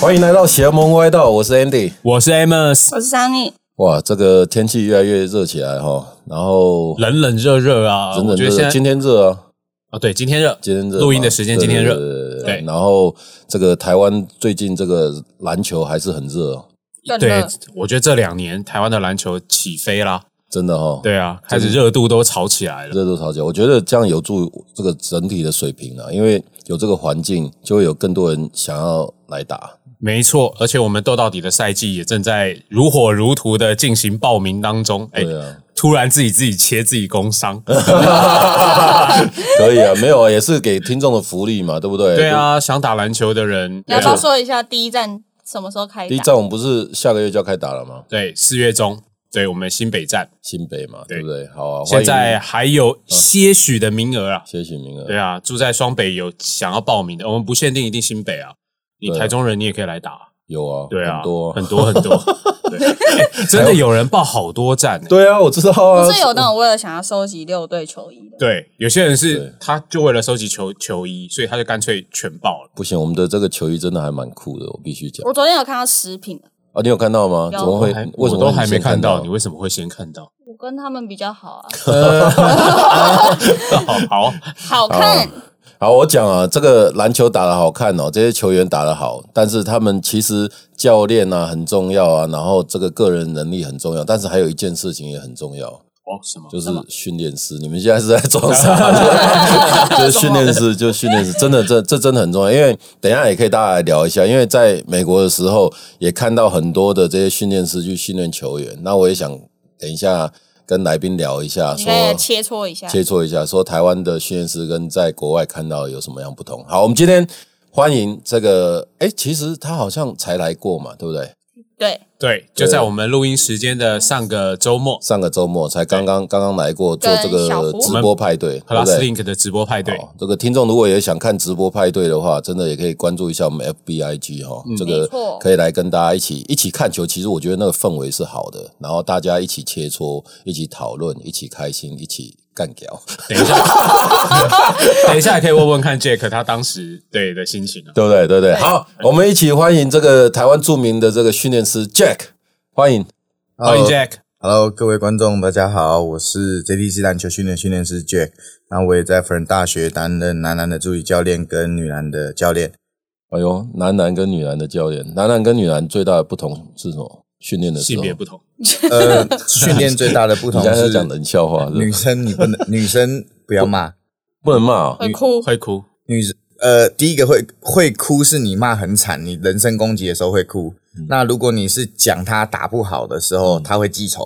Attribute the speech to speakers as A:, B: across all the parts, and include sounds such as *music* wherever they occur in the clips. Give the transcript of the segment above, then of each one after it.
A: 欢迎来到邪门歪道，我是 Andy。
B: 我是 Amos，
C: 我是 Sunny，
A: 哇，这个天气越来越热起来哈，然后
B: 冷冷热热啊，
A: 真
B: 我
A: 的
B: 觉得
A: 热，
B: 现
A: 今
B: 在
A: 天热啊，
B: 啊，对，今天热，
A: 今天热嘛。
B: 录音的时间
A: 对
B: 今天热
A: 对对对对
B: 对
A: 然后这个台湾最近这个篮球还是很热哦，
C: 更
B: 对
C: 热，，
B: 我觉得这两年台湾的篮球起飞啦，
A: 真的哈。
B: 对啊，开始热度都炒起来了，
A: 热度超级，我觉得这样有助这个整体的水平啊，因为有这个环境，就会有更多人想要来打。
B: 没错，而且我们斗到底的赛季也正在如火如荼的进行报名当中，哎，
A: 对啊， *laughs*
B: 突然自己自己切自己工伤，
A: 可以啊，没有啊，也是给听众的福利嘛，对不对？
B: 对。啊，想打篮球的人，
C: 你要不要说一下第一站什么时候开
A: 第一
C: 打？
A: 站我们不是下个月就要开打了吗？
B: 对，四月中，对我们新北站，
A: 新北嘛，对
B: 对
A: 不对？好啊，欢
B: 现
A: 迎
B: 在还有些许的名额啊，
A: 谢谢名额。
B: 对啊，住在双北有想要报名的，我们不限定一定新北啊，你
A: 对啊
B: 台中人你也可以来打，
A: 有啊，
B: 对啊，
A: 很多啊
B: 很多很多，对哎真的有人报好多站
A: *laughs*
B: 欸、
A: 对啊，我知道啊
C: 不，是有那种为了想要收集六队球衣的，
B: 对，有些人
A: 对
B: 是他就为了收集球球衣，所以他就干脆全报了。
A: 不行，我们的这个球衣真的还蛮酷的，我必须讲
C: 我昨天有看到食品，
A: 啊，你有看到吗？
C: 有
A: 怎么会
B: 我还？
A: 为什
B: 我
A: 么
B: 都
A: 会
B: 还没
A: 先
B: 看
A: 看
B: 到？你为什么会先看到？ *laughs*
C: 我跟他们比较好啊，
B: 好，
C: 好看。
A: 好，我讲啊，这个篮球打得好看哦，这些球员打得好，但是他们其实教练啊很重要啊，然后这个个人能力很重要，但是还有一件事情也很重要，
B: 哦，什么？
A: 就是训练师。你们现在是在装
C: *laughs*
A: 傻？就是训练师，就是训练师，真的，这这真的很重要。因为等一下也可以大家来聊一下，因为在美国的时候也看到很多的这些训练师去训练球员。那我也想等一下跟来宾聊一下，
C: 你
A: 说
C: 可以切磋一下，
A: 切磋一下，说台湾的训练师跟在国外看到有什么样不同。好，我们今天欢迎这个，哎，其实他好像才来过嘛，对不对？
C: 对，
B: 对，就在我们录音时间的上个周末
A: 上个周末才刚刚刚刚来过做这
C: 跟小
A: 个
C: 胡
A: 直播派对，对不
B: ，Plus
A: 对？
B: Link 的直播派对，
A: 哦，这个听众如果也想看直播派对的话，真的也可以关注一下我们 FBIG 哈、
B: 嗯
A: 这
C: 没
A: 个
C: 错
A: 可以来跟大家一起一起看球。其实我觉得那个氛围是好的，然后大家一起切磋，一起讨论，一起开心，一起干掉。
B: 等一下，等一下也 *laughs* 可以问问看 Jack 他当时对的心情啊。
A: 对不对？对不对？好，我们一起欢迎这个台湾著名的这个训练师 Jack，欢迎。
B: 欢迎 Jack。
D: Hello，各位观众，大家好，我是 JDC 篮球训练训练师 Jack，那我也在辅仁大学担任男篮的助理教练跟女篮的教练。
A: 哎呦，男篮跟女篮的教练，男篮跟女篮最大的不同是什么？训练的时
B: 性
A: 候，
B: 别不同，
A: *laughs*
D: 呃，训练最大的不
A: 你
D: 同
A: 刚才
D: 是
A: 讲冷笑话是不
D: 女
A: 是
D: 生你不能， *laughs* 女生不要骂，
A: 不能骂、
B: *laughs*
A: 哦。
C: 会哭，
B: 会哭。
D: 女生呃第一个会会哭是你骂很惨，你人身攻击的时候会哭。
A: 嗯
D: 那如果你是讲他打不好的时候，他会记仇。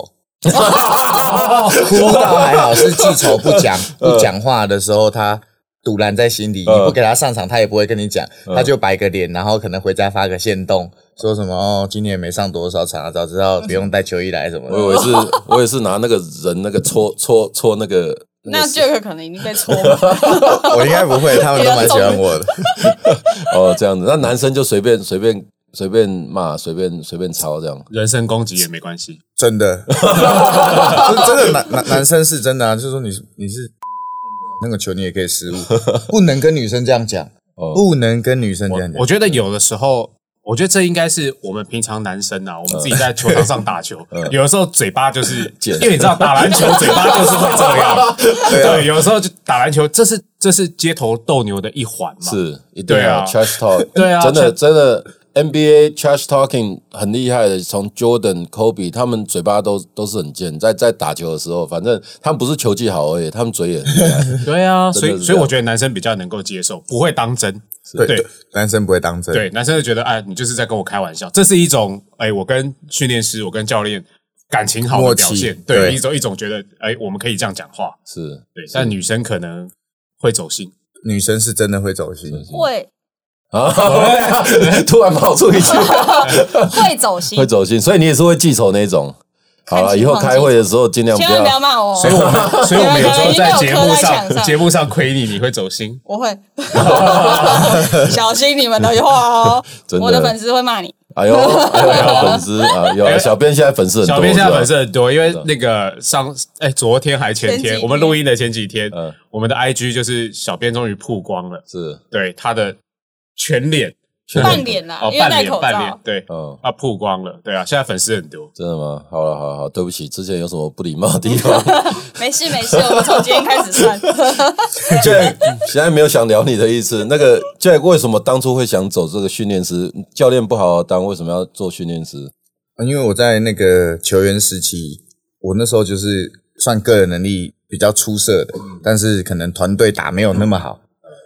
B: 哦
D: *laughs* 哭倒还好，是记仇不 *laughs* 讲不讲话的时候，他堵拦在心里，你
A: 嗯
D: 不给他上场，他也不会跟你讲，他就摆个脸，然后可能回家发个线动，说什么哦，今天也没上多少场啊，早知道不用带球衣来什么
A: 我
D: 的。
A: 以为是，
C: 哦
A: 我也是拿那个人那个搓搓搓那个
C: 那
A: 个
C: Jack 可能已经被戳，
D: 我应该不会，他们都蛮喜欢我的。
A: 哦这样子，那男生就随便随便随便骂，随便随便抄这样。
B: 人身攻击也没关系。
D: 真 *laughs* 的，真真的男男男生是真的啊，就是说你是你是那个球你也可以失误，不能跟女生这样讲，
A: 哦
D: 不能跟女生这样讲。
B: 我觉得有的时候，我觉得这应该是我们平常男生啊，我们自己在球场上打球，有的时候嘴巴就是，因为你知道打篮球嘴巴就是会这样。对，有的时候就打篮球，这是这是街头斗牛的一环嘛。
A: 是一定
B: 对
A: 要
B: 啊
A: trash
C: *laughs*
A: talk，
B: 对啊
A: 真的
B: trash-
A: 真的 NBA trash talking 很厉害的，从 Jordan、Kobe 他们嘴巴都都是很贱，在在打球的时候，反正他们不是球技好而已，他们嘴也很厉
C: *laughs*
A: 害
B: 对啊，所
A: 真
B: 以
A: 的是这样
B: 所以我觉得男生比较能够接受，不会当真。
D: 对
B: 对
D: 对，男生不会当真。
B: 对，男生就觉得哎，你就是在跟我开玩笑，这是一种哎，我跟训练师，我跟教练感情好的
D: 默
B: 表
D: 契
B: 现。对，
D: 对
B: 一种一种觉得哎，我们可以这样讲话。
A: 是
B: 对，但女生可能会走心。
D: 女生是真的会走心，
C: 会
A: 啊，突然冒出一句
C: *laughs* 会走心
A: 会，走心，所以你也是会记仇那种。好了，
C: 看
A: 以
C: 情
A: 后
C: 况
A: 开会的时候尽量
C: 千万不要骂我哦，
B: 所以我
C: *laughs*
B: 们，所以我们有时候在节目
C: 因为可能因为我刻在墙
B: 上，
C: 上
B: 节目上亏你，你会走心。
C: 我会小心你们的话哦
A: 真，的
C: 我的粉丝会骂你。
A: 哎呦，哎呦，粉丝啊，有啊小编现在粉丝很多，
B: 哎小编现在
A: 是吧
B: 粉丝很多，因为那个上哎，昨天还前
C: 前几
B: 天，
C: 天
B: 我们录音的前几天
A: 嗯，
B: 我们的 IG 就是小编终于曝光了，
A: 是
B: 对他的全脸
A: 确
C: 半
A: 认
C: 脸啦，
B: 哦，
C: 因为
B: 半
C: 戴
B: 脸
C: 口
B: 半脸
C: 罩，。
B: 对
A: 嗯，
B: 啊，曝光了，对啊，现在粉丝很多，
A: 真的吗？好了，好了好了，对不起，之前有什么不礼貌的地方？
C: 没事没事，我们从今天开始算。
A: Jack，现在没有想聊你的意思。那个 Jack 为什么当初会想走这个训练师？教练不好好当，为什么要做训练师？
D: 因为我在那个球员时期，我那时候就是算个人能力比较出色的，但是可能团队打没有那么好。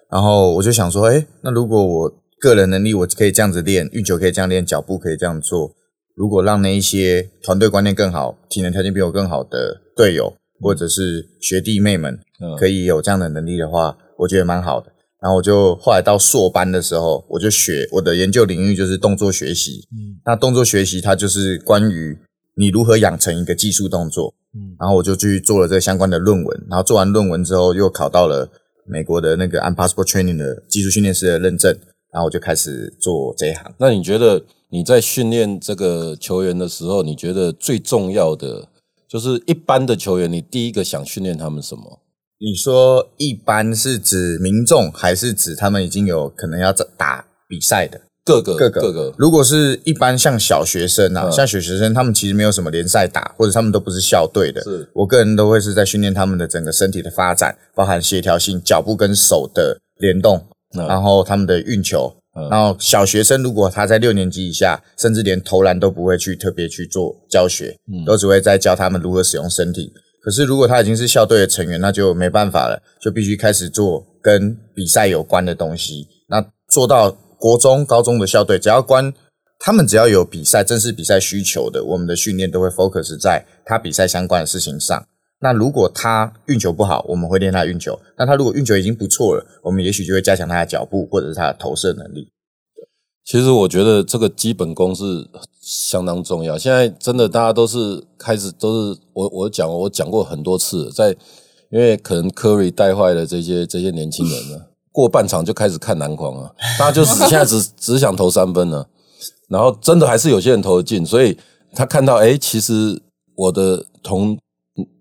D: 然后我就想说，哎，那如果我个人能力我可以这样子练，运球可以这样练，脚步可以这样做，如果让那一些团队观念更好、体能条件比我更好的队友或者是学弟妹们，
A: 嗯
D: 可以有这样的能力的话，我觉得蛮好的。然后我就后来到硕班的时候，我就学我的研究领域就是动作学习。那动作学习它就是关于你如何养成一个技术动作。然后我就去做了这个相关的论文，然后做完论文之后，又考到了美国的那个 Impossible Training 的技术训练师的认证，然后我就开始做这一行。
A: 那你觉得你在训练这个球员的时候，你觉得最重要的就是一般的球员，你第一个想训练他们什么？
D: 你说一般是指民众，还是指他们已经有可能要打比赛的？
A: 各个
D: 各个
A: 各个，
D: 如果是一般像小学生啊，
A: 嗯
D: 像小学生，他们其实没有什么联赛打，或者他们都不是校队的。
A: 是
D: 我个人都会是在训练他们的整个身体的发展，包含协调性、脚步跟手的联动，
A: 嗯
D: 然后他们的运球。
A: 嗯
D: 然后小学生如果他在六年级以下，甚至连投篮都不会去特别去做教学，
A: 嗯
D: 都只会在教他们如何使用身体。可是如果他已经是校队的成员，那就没办法了，就必须开始做跟比赛有关的东西。那做到国中、高中的校队，只要关他们只要有比赛、正式比赛需求的，我们的训练都会 focus 在他比赛相关的事情上。那如果他运球不好，我们会练他的运球；那他如果运球已经不错了，我们也许就会加强他的脚步或者是他的投射能力。
A: 其实我觉得这个基本功是相当重要。现在真的大家都是开始都是我我讲我讲过很多次了，在因为可能 Curry 带坏了这些这些年轻人呢、过半场就开始看篮筐啊，大家就是现在只 *laughs* 只想投三分呢、啊然后真的还是有些人投得进，所以他看到哎，诶其实我的同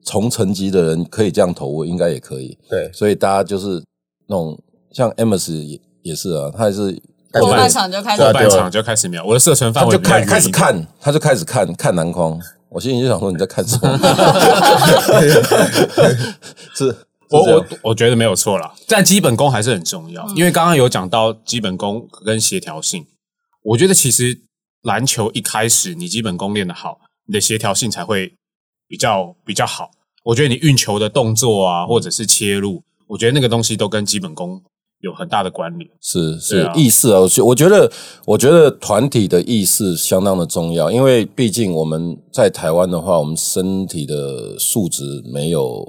A: 同层级的人可以这样投，我应该也可以，
D: 对，
A: 所以大家就是那种像 Amos 也也是啊，他也是。
C: 后半场就开始
D: 对
B: 后
D: 啊
B: 半场就开始瞄，我的社群
A: 他
B: 范围
A: 就
B: 比较
A: 开
B: 远
A: 开始
B: 一点，
A: 看，他就开始看看篮筐。我心里就想说你在看什么？是，是
B: 我
A: 这样
B: 我我觉得没有错啦，但基本功还是很重要，因为刚刚有讲到基本功跟协调性，我觉得其实篮球一开始你基本功练得好，你的协调性才会比较比较好。我觉得你运球的动作啊，或者是切入，我觉得那个东西都跟基本功有很大的关联。
A: 是
B: 对
A: 是
B: 啊
A: 意识啊，我觉我觉得我觉得团体的意识相当的重要，因为毕竟我们在台湾的话，我们身体的素质没有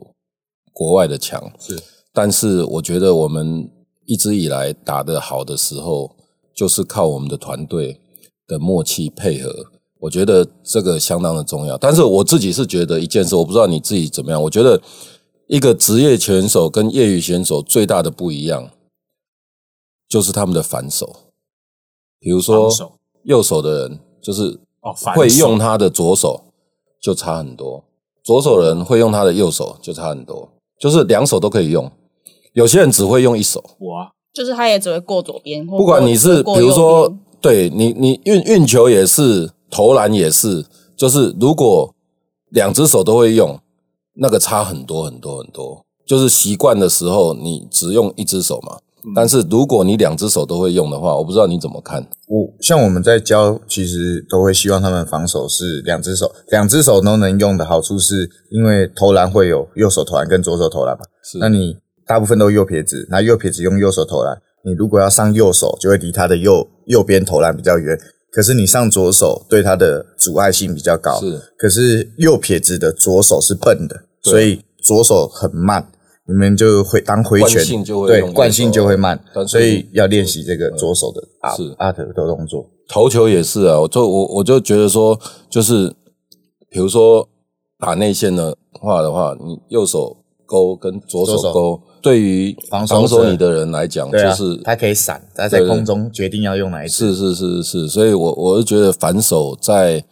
A: 国外的强，
D: 是，
A: 但是我觉得我们一直以来打得好的时候，就是靠我们的团队的默契配合。我觉得这个相当的重要，但是我自己是觉得一件事，我不知道你自己怎么样。我觉得一个职业选手跟业余选手最大的不一样，就是他们的反手。比如说
B: 防守
A: 右手的人，就是
B: 哦反手
A: 会用他的左手就差很多，左手的人会用他的右手就差很多，就是两手都可以用。有些人只会用一手，
B: 我啊，
C: 就是他也只会过左边，或
A: 不管你是
C: 过
A: 比如
C: 过右
A: 说
D: *laughs*
C: 边，
A: 对你你运运球也是，投篮也是，就是如果两只手都会用，那个差很多很多很多。就是习惯的时候，你只用一只手嘛。
D: 嗯
A: 但是如果你两只手都会用的话，我不知道你怎么看。
D: 我像我们在教，其实都会希望他们防守是两只手，两只手都能用的好处是，因为投篮会有右手投篮跟左手投篮嘛。
A: 是
D: 那你大部分都右撇子，那右撇子用右手投篮，你如果要上右手，就会离他的右右边投篮比较远。可是你上左手，对他的阻碍性比较高。
A: 是
D: 可是右撇子的左手是笨的，
A: 对
D: 所以左手很慢。你们就会当挥拳，
A: 惯性就会
D: 对
A: 用右手
D: 惯性就会慢
A: 但，是啊
D: 所以要练习这个左手的阿
A: 是
D: 阿特的动作。
A: 投球也是啊，我就我我就觉得说，就是比如说打内线的话的话，你右手勾跟左
D: 左
A: 手
D: 手
A: 勾，对于
D: 防
A: 防
D: 守者
A: 守你的人来讲，就
D: 对啊，
A: 是
D: 它可以闪，它在
A: 对对
D: 空中决定要用哪一只。
A: 哎是是是是，所以我我是觉得反手在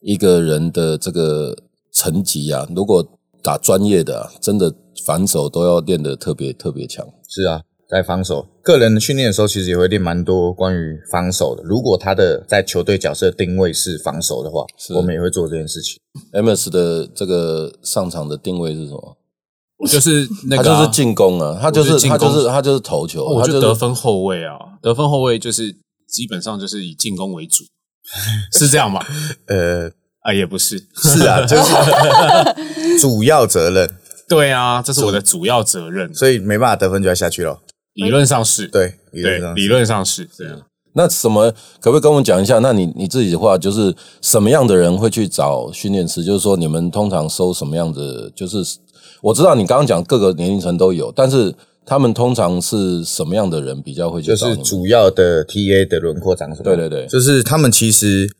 A: 一个人的这个层级啊，如果打专业的、啊，真的反手都要练得特别特别强。
D: 是啊，在防守。个人训练的时候，其实也会练蛮多关于防守的。如果他的在球队角色定位是防守的话，我们也会做这件事情。
A: Amos 的这个上场的定位是什么？
B: 就是那
A: 他
B: 个
A: 就
B: 啊、
A: 是进攻啊，他就
B: 我
A: 是
B: 是进
A: 他
B: 攻哦
A: 就是他就是投球，
B: 我
A: 他
B: 就是得分后卫啊，得分后卫就是基本上就是以进攻为
A: *laughs*
B: 主，是这样吗？
D: 呃，
B: 啊，也不是，
D: *laughs* 是啊，就
A: *laughs*
D: 是主要责任，
B: *laughs* 对啊，这是我的主要责任，啊
D: 所以没办法得分就要下去了。
B: 理论上是，
D: 对，理论
B: 对，
D: 上啊
B: 理论上是啊这样。
A: 那什么，可不可以跟我们讲一下？那你你自己的话，就是什么样的人会去找训练师？就是说，你们通常收什么样的？就是我知道你刚刚讲各个年龄层都有，但是他们通常是什么样的人比较会去
D: 就
A: 找你
D: 是
A: 们？
D: 主要的 TA 的轮廓长什么？
A: 对对对
D: 就是他们其实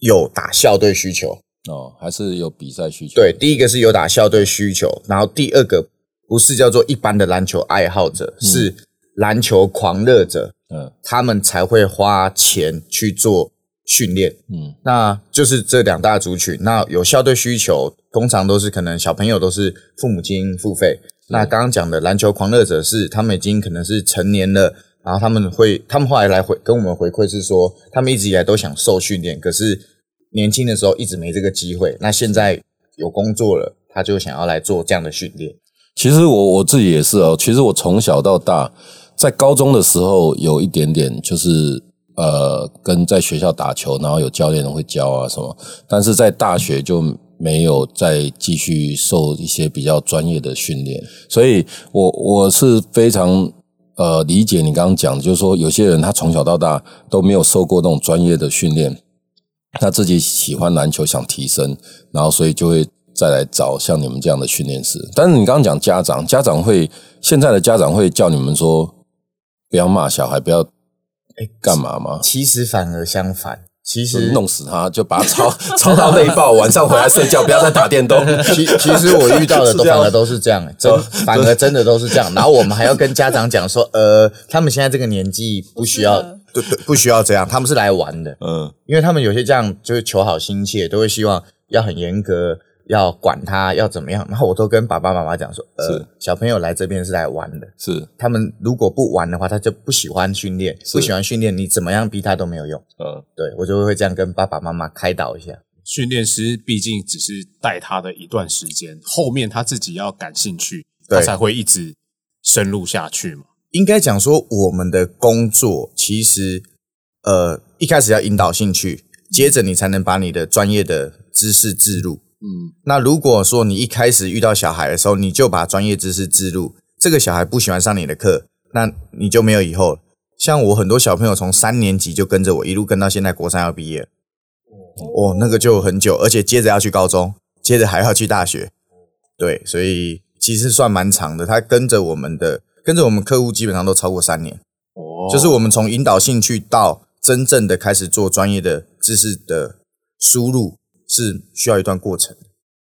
D: 有打校队需求，
A: 哦，还是有比赛需求？哦
D: 对，第一个是有打校队需求，然后第二个不是叫做一般的篮球爱好者，是篮球狂热者，
A: 嗯
D: 他们才会花钱去做训练。
A: 嗯
D: 那就是这两大族群。那有校队需求，通常都是可能小朋友都是父母亲付费。那刚刚讲的篮球狂热者是他们已经可能是成年了，然后他们会，他们后来来回跟我们回馈是说，他们一直以来都想受训练，可是年轻的时候一直没这个机会。那现在有工作了，他就想要来做这样的训练。
A: 其实我我自己也是哦，其实我从小到大，在高中的时候有一点点就是呃，跟在学校打球，然后有教练会教啊什么，但是在大学就没有再继续受一些比较专业的训练，所以我我是非常。呃，理解你刚刚讲的，就是说有些人他从小到大都没有受过那种专业的训练，他自己喜欢篮球，想提升，然后所以就会再来找像你们这样的训练师。但是你刚刚讲家长，家长会现在的家长会叫你们说不要骂小孩，不要哎干嘛吗？
D: 其实反而相反，其
A: 就
D: 实
A: 是弄死他，就把他 *laughs* 操操到累爆，晚上回来睡觉，不要再打电动。
D: *laughs* 其其实我遇到的
A: *laughs*
D: 都
A: 是这样哦
D: 反而都是这样、欸，真反而真的都是这样。然后我们还要跟家长讲说，呃，他们现在这个年纪不需要
C: 不适合，
D: 对对，不需要这样，他们是来玩的，
A: 嗯，
D: 因为他们有些这样就是求好心切，都会希望要很严格，要管他，要怎么样。然后我都跟爸爸妈妈讲说，
A: 是
D: 呃，小朋友来这边是来玩的，
A: 是
D: 他们如果不玩的话，他就不喜欢训练，不喜欢训练，你怎么样逼他都没有用。
A: 嗯，
D: 对我就会这样跟爸爸妈妈开导一下。
B: 训练师毕竟只是带他的一段时间，后面他自己要感兴趣，
D: 对
B: 他才会一直深入下去嘛。
D: 应该讲说，我们的工作其实，呃，一开始要引导兴趣，接着你才能把你的专业的知识置入。
B: 嗯，
D: 那如果说你一开始遇到小孩的时候，你就把专业知识置入，这个小孩不喜欢上你的课，那你就没有以后了。像我很多小朋友从三年级就跟着我一路跟到现在国三要毕业了，哦，那个就很久，而且接着要去高中，接着还要去大学，对，所以其实算蛮长的。他跟着我们的，跟着我们客户基本上都超过三年，
B: 哦
D: 就是我们从引导兴趣到真正的开始做专业的知识的输入，是需要一段过程。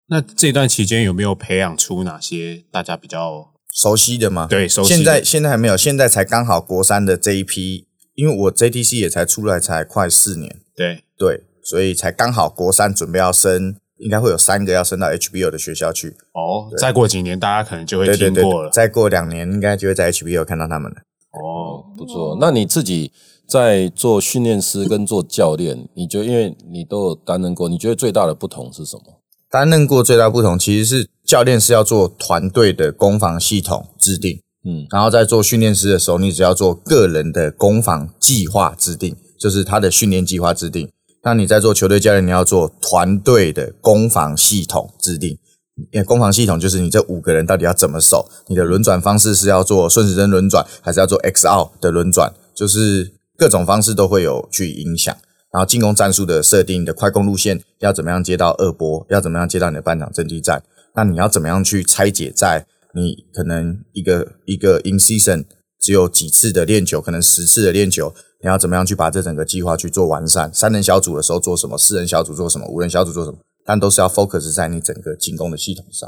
B: 那这段期间有没有培养出哪些大家比较
D: 熟悉的吗？
B: 对熟悉的
D: 现在现在还没有，现在才刚好国三的这一批，因为我 JTC 也才出来才快四年，
B: 对
D: 对，所以才刚好国三准备要升，应该会有三个要升到 HBO 的学校去。
B: 哦？再过几年大家可能就会
D: 对对
B: 听
D: 对
B: 过了，
D: 再过两年应该就会在 HBO 看到他们了。
B: 哦。
A: 不错。那你自己在做训练师跟做教练，你觉得因为你都有担任过，你觉得最大的不同是什么？
D: 担任过最大不同其实是教练是要做团队的攻防系统制定，
A: 嗯
D: 然后在做训练师的时候，你只要做个人的攻防计划制定，就是他的训练计划制定。那你在做球队教练，你要做团队的攻防系统制定。因为攻防系统就是你这五个人到底要怎么守，你的轮转方式是要做顺时针轮转，还是要做 X out 的轮转，就是各种方式都会有去影响。然后进攻战术的设定，你的快攻路线要怎么样接到二波，要怎么样接到你的半场阵地战，那你要怎么样去拆解在你可能一个一个 in season 只有几次的练球，可能十次的练球，你要怎么样去把这整个计划去做完善？三人小组的时候做什么？四人小组做什么？五人小组做什么？但都是要 focus 在你整个进攻的系统上。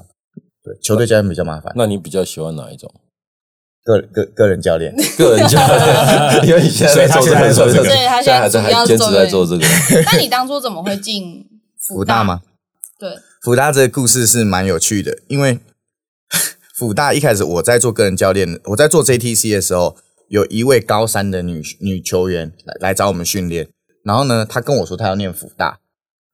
D: 对，球队教练比较麻烦，
A: 那你比较喜欢哪一种？
D: 个个个人教练。
A: 个人教
D: *laughs*
A: 练，因为你现在在做这个，
B: 所以他现在
A: 现在还在
B: 在做这个
C: 对他现在主要
A: 还
C: 是
A: 坚持在做这个。
C: 那你当初怎么会进
D: *laughs* 福大吗？
C: 对，
D: *laughs* 福大这个故事是蛮有趣的，因为。辅大一开始我在做个人教练，我在做 JTC 的时候，有一位高三的女女球员来来找我们训练，然后呢，她跟我说她要念辅大，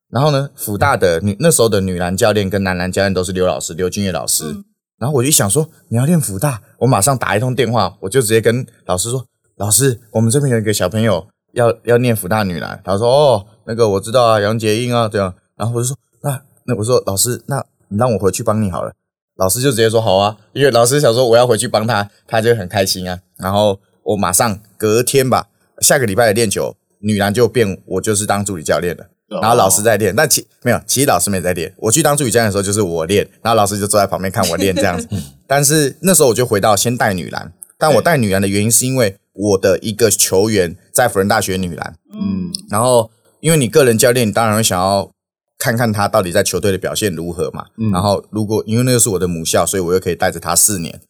D: 然后呢，辅大的女那时候的女篮教练跟男篮教练都是刘老师，刘俊业老师。
C: 嗯
D: 然后我就想说，你要练福大，我马上打一通电话，我就直接跟老师说，老师，我们这边有一个小朋友要要念福大女篮。他说，哦，那个我知道啊，杨洁英啊，这样。然后我就说，那那我说老师，那你让我回去帮你好了。老师就直接说好啊，因为老师想说我要回去帮他，他就很开心啊。然后我马上隔天吧，下个礼拜的练球，女篮就变我就是当助理教练了。
B: 啊
D: 然后老师在练，但其没有，其实老师没在练。我去当助理教练的时候，就是我练，然后老师就坐在旁边看我练这样子。但是那时候我就回到先带女篮，但我带女篮的原因是因为我的一个球员在辅仁大学女篮，嗯，然后因为你个人教练，你当然会想要看看他到底在球队的表现如何嘛。然后如果因为那个是我的母校，所以我又可以带着他四年。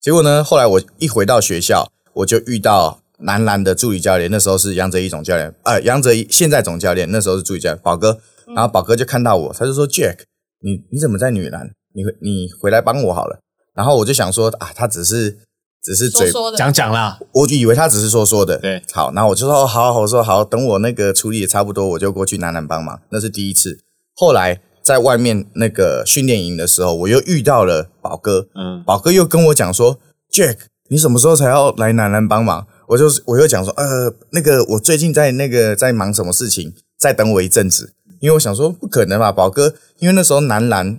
D: 结果呢，后来我一回到学校，我就遇到男篮的助理教练，那时候是杨哲一总教练，呃，杨哲一现在总教练，那时候是助理教练宝哥。然后宝哥就看到我，他就说：“Jack，你你怎么在女篮？你回你回来帮我好了。”然后我就想说啊，他只是只是
C: 说
D: 嘴
C: 说的，
B: 讲讲啦，
D: 我就以为他只是说说的。
B: 对，
D: 好，然后我就说哦好，好我说好，等我那个处理也差不多，我就过去男篮帮忙。那是第一次。后来在外面那个训练营的时候，我又遇到了宝哥，
B: 嗯，
D: 宝哥又跟我讲说，Jack，你什么时候才要来男篮帮忙？我就是我又讲说，呃，那个我最近在那个在忙什么事情，再等我一阵子，因为我想说不可能吧，宝哥，因为那时候男篮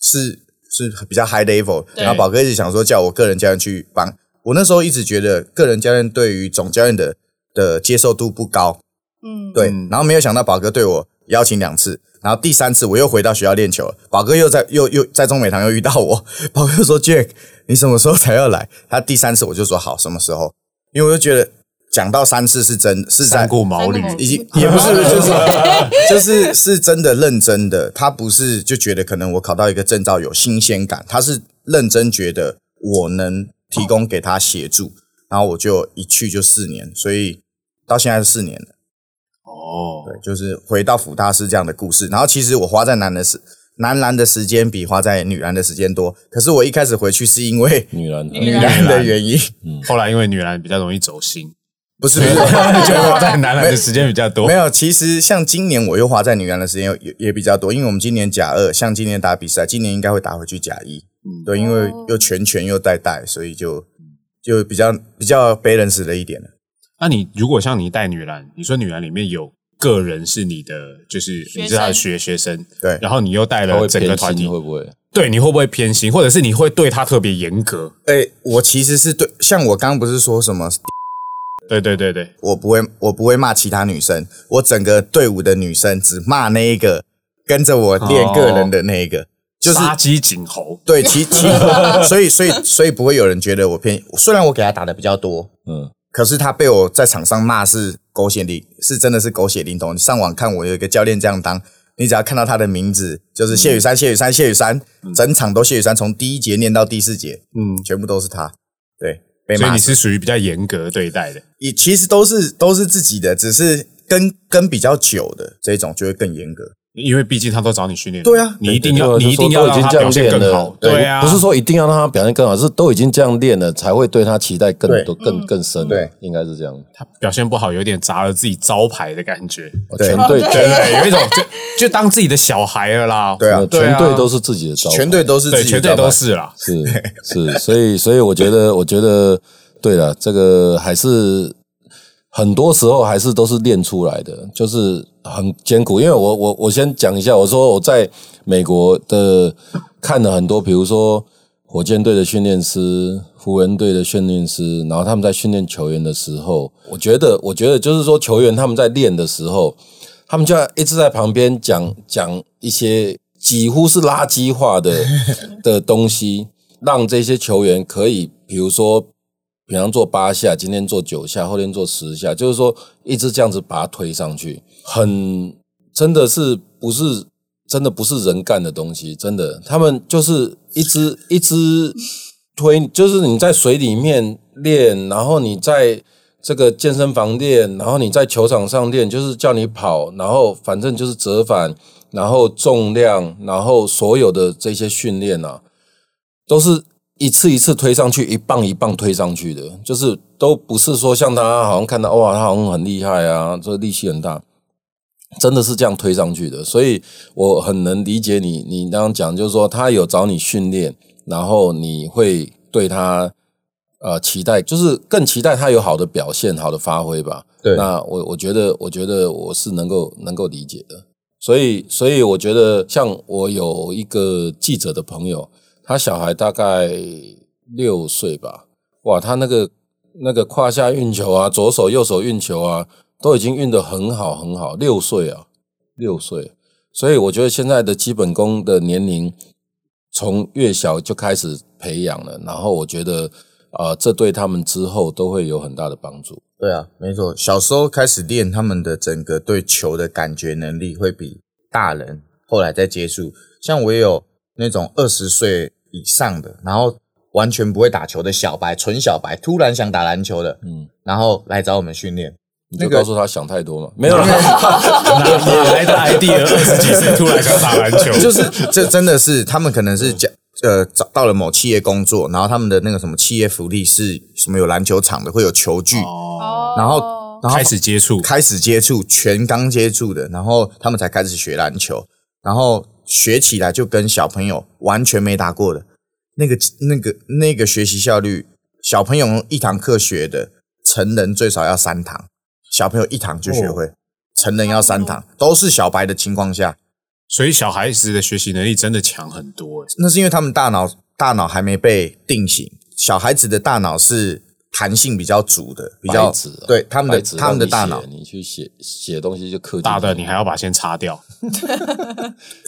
D: 是是比较 high level，
C: 对
D: 然后宝哥一直想说叫我个人教练去帮，我那时候一直觉得个人教练对于总教练的的接受度不高，
C: 嗯，
D: 对
B: 嗯，
D: 然后没有想到宝哥对我邀请两次，然后第三次我又回到学校练球了，宝哥又在又又在中美堂又遇到我，宝哥说 Jack，你什么时候才要来？他第三次我就说好，什么时候？因为我就觉得讲到三次是真是在
B: 三顾茅
C: 三顾茅
B: 庐
C: 庐，
D: 已经 *laughs* 也不是，就是 *laughs* 就是是真的认真的，他不是就觉得可能我考到一个证照有新鲜感，他是认真觉得我能提供给他协助，然后我就一去就四年，所以到现在是四年了。
B: 哦，
D: 对，就是回到辅大是这样的故事。然后其实我花在男的时男篮的时间比花在女篮的时间多，可是我一开始回去是因为
A: 女篮
C: 女
D: 女
C: 篮
D: 篮的原因， *laughs*
B: 后来因为女篮比较容易走心，
D: 不是
B: 所以
D: 不是
B: *laughs* 就花在男篮的时间比较多
D: *laughs* 没。有，其实像今年我又花在女篮的时间有也也比较多，因为我们今年甲二，像今年打比赛，今年应该会打回去甲一。
B: 嗯
D: 对，因为
C: 哦
D: 又全权又带带，所以就就比较比较 balance 了一点了。
B: 那你如果像你带女篮，你说女篮里面有个人是你的，就是
C: 生
B: 你是他的学学生，
D: 对
B: 然后你又带
A: 他
B: 了
A: 会
B: 整个
A: 偏
B: 团体
A: 心，会不会？
B: 对，你会不会偏心，或者是你会对他特别严格？
D: 哎、我其实是对，像我刚刚不是说什么
B: 对对对对，
D: 我不会，我不会骂其他女生，我整个队伍的女生只骂那一个跟着我练个人的那一个，就是
B: 杀鸡儆猴，
D: *laughs* 对，其其所以所以所以不会有人觉得我偏，虽然我给他打的比较多，
A: 嗯，
D: 可是他被我在场上骂是狗血淋，是真的是狗血淋头。你上网看我有一个教练这样当，你只要看到他的名字就是谢雨山，谢雨山，谢雨山，整场都谢雨山，从第一节念到第四节，
B: 嗯，
D: 全部都是他，对，被
B: 所以
D: 骂
B: 你是
D: 死。
B: 属于比较严格对待的。
D: 也其实都是都是自己的，只是跟跟比较久的这种就会更严格。
B: 因为毕竟他都找你训练，
D: 对啊
B: 你一定要，
A: 对
B: 你
A: 对
B: 一
A: 对
B: 定
A: 就
B: 要
A: 说都已经
B: 让他
A: 这
B: 表
A: 样
B: 现
A: 练
B: 更好
A: 了，，
B: 对啊，
A: 不是说一定要让他表现更好，是都已经这样练了，才会对他期待更
D: 对
A: 多、更更深。
D: 对，
A: 应该是这样。
B: 他表现不好，有点砸了自己招牌的感觉，
D: 对
A: 全队
B: 对不对？有一种就就当自己的小孩了啦，
D: 对啊
A: 全队都是自己的招牌，
D: 全队都是
B: 对，
D: 自己
B: 全
D: 的
B: 队
D: 招牌，
B: 都是啦，
A: 是是，所以所以我觉得，我觉得对了，这个还是很多时候还是都是练出来的，就是很艰苦。因为我我我先讲一下，我说我在美国的看了很多，比如说火箭队的训练师、湖人队的训练师，然后他们在训练球员的时候，我觉得我觉得就是说球员他们在练的时候，他们就要一直在旁边讲讲一些几乎是垃圾化的的东西，让这些球员可以，比如说，平常做八下，今天做九下，后天做十下，就是说一直这样子把它推上去，很真的是不是真的不是人干的东西，真的，他们就是一直一直推，就是你在水里面练，然后你在这个健身房练，然后你在球场上练，就是叫你跑，然后反正就是折返，然后重量，然后所有的这些训练啊，都是一次一次推上去，一棒一棒推上去的，就是都不是说像他好像看到哇，他好像很厉害啊，这力气很大，真的是这样推上去的。所以我很能理解你，你刚刚讲就是说他有找你训练，然后你会对他呃期待，就是更期待他有好的表现、好的发挥吧。
D: 对
A: 那我我觉得，我觉得我是能够能够理解的。所以，所以我觉得，像我有一个记者的朋友，他小孩大概六岁吧，哇，他那个那个胯下运球啊，左手右手运球啊，都已经运得很好很好，六岁啊，六岁。所以我觉得现在的基本功的年龄，从越小就开始培养了，然后我觉得，啊，这对他们之后都会有很大的帮助。
D: 对啊，没错，小时候开始练，他们的整个对球的感觉能力会比大人后来再接触。像我也有那种二十岁以上的，然后完全不会打球的小白，纯小白，突然想打篮球的，
A: 嗯，
D: 然后来找我们训练。
A: 你就
D: 那个
A: 告诉他想太多
D: *laughs*
A: 嘛，没有啦，
B: 哪 *laughs* 哪来的 idea？二 *laughs* 十几岁突然想打篮 *laughs* 球，
D: *laughs* 就是这真的是他们可能是讲呃找到了某企业工作，然后他们的那个什么企业福利是什么有篮球场的，会有球具，
B: 哦，
C: 哦
D: 然后然后
B: 开始接触，
D: 开始接触，全刚接触的，然后他们才开始学篮球，然后学起来就跟小朋友完全没打过的那个那个那个学习效率，小朋友用一堂课学的，成人最少要三堂，小朋友一堂就学会，成人要三堂，都是小白的情况下，
B: 所以小孩子的学习能力真的强很多。欸
D: 那是因为他们大脑大脑还没被定型，小孩子的大脑是弹性比较足的，比较
A: 白纸啊
D: 对他们
A: *laughs* 白纸
D: 的他们的大
A: 让你
D: 脑
A: 写你去写写东西就刻进去
B: 大的你还要把线擦掉，
D: 嗯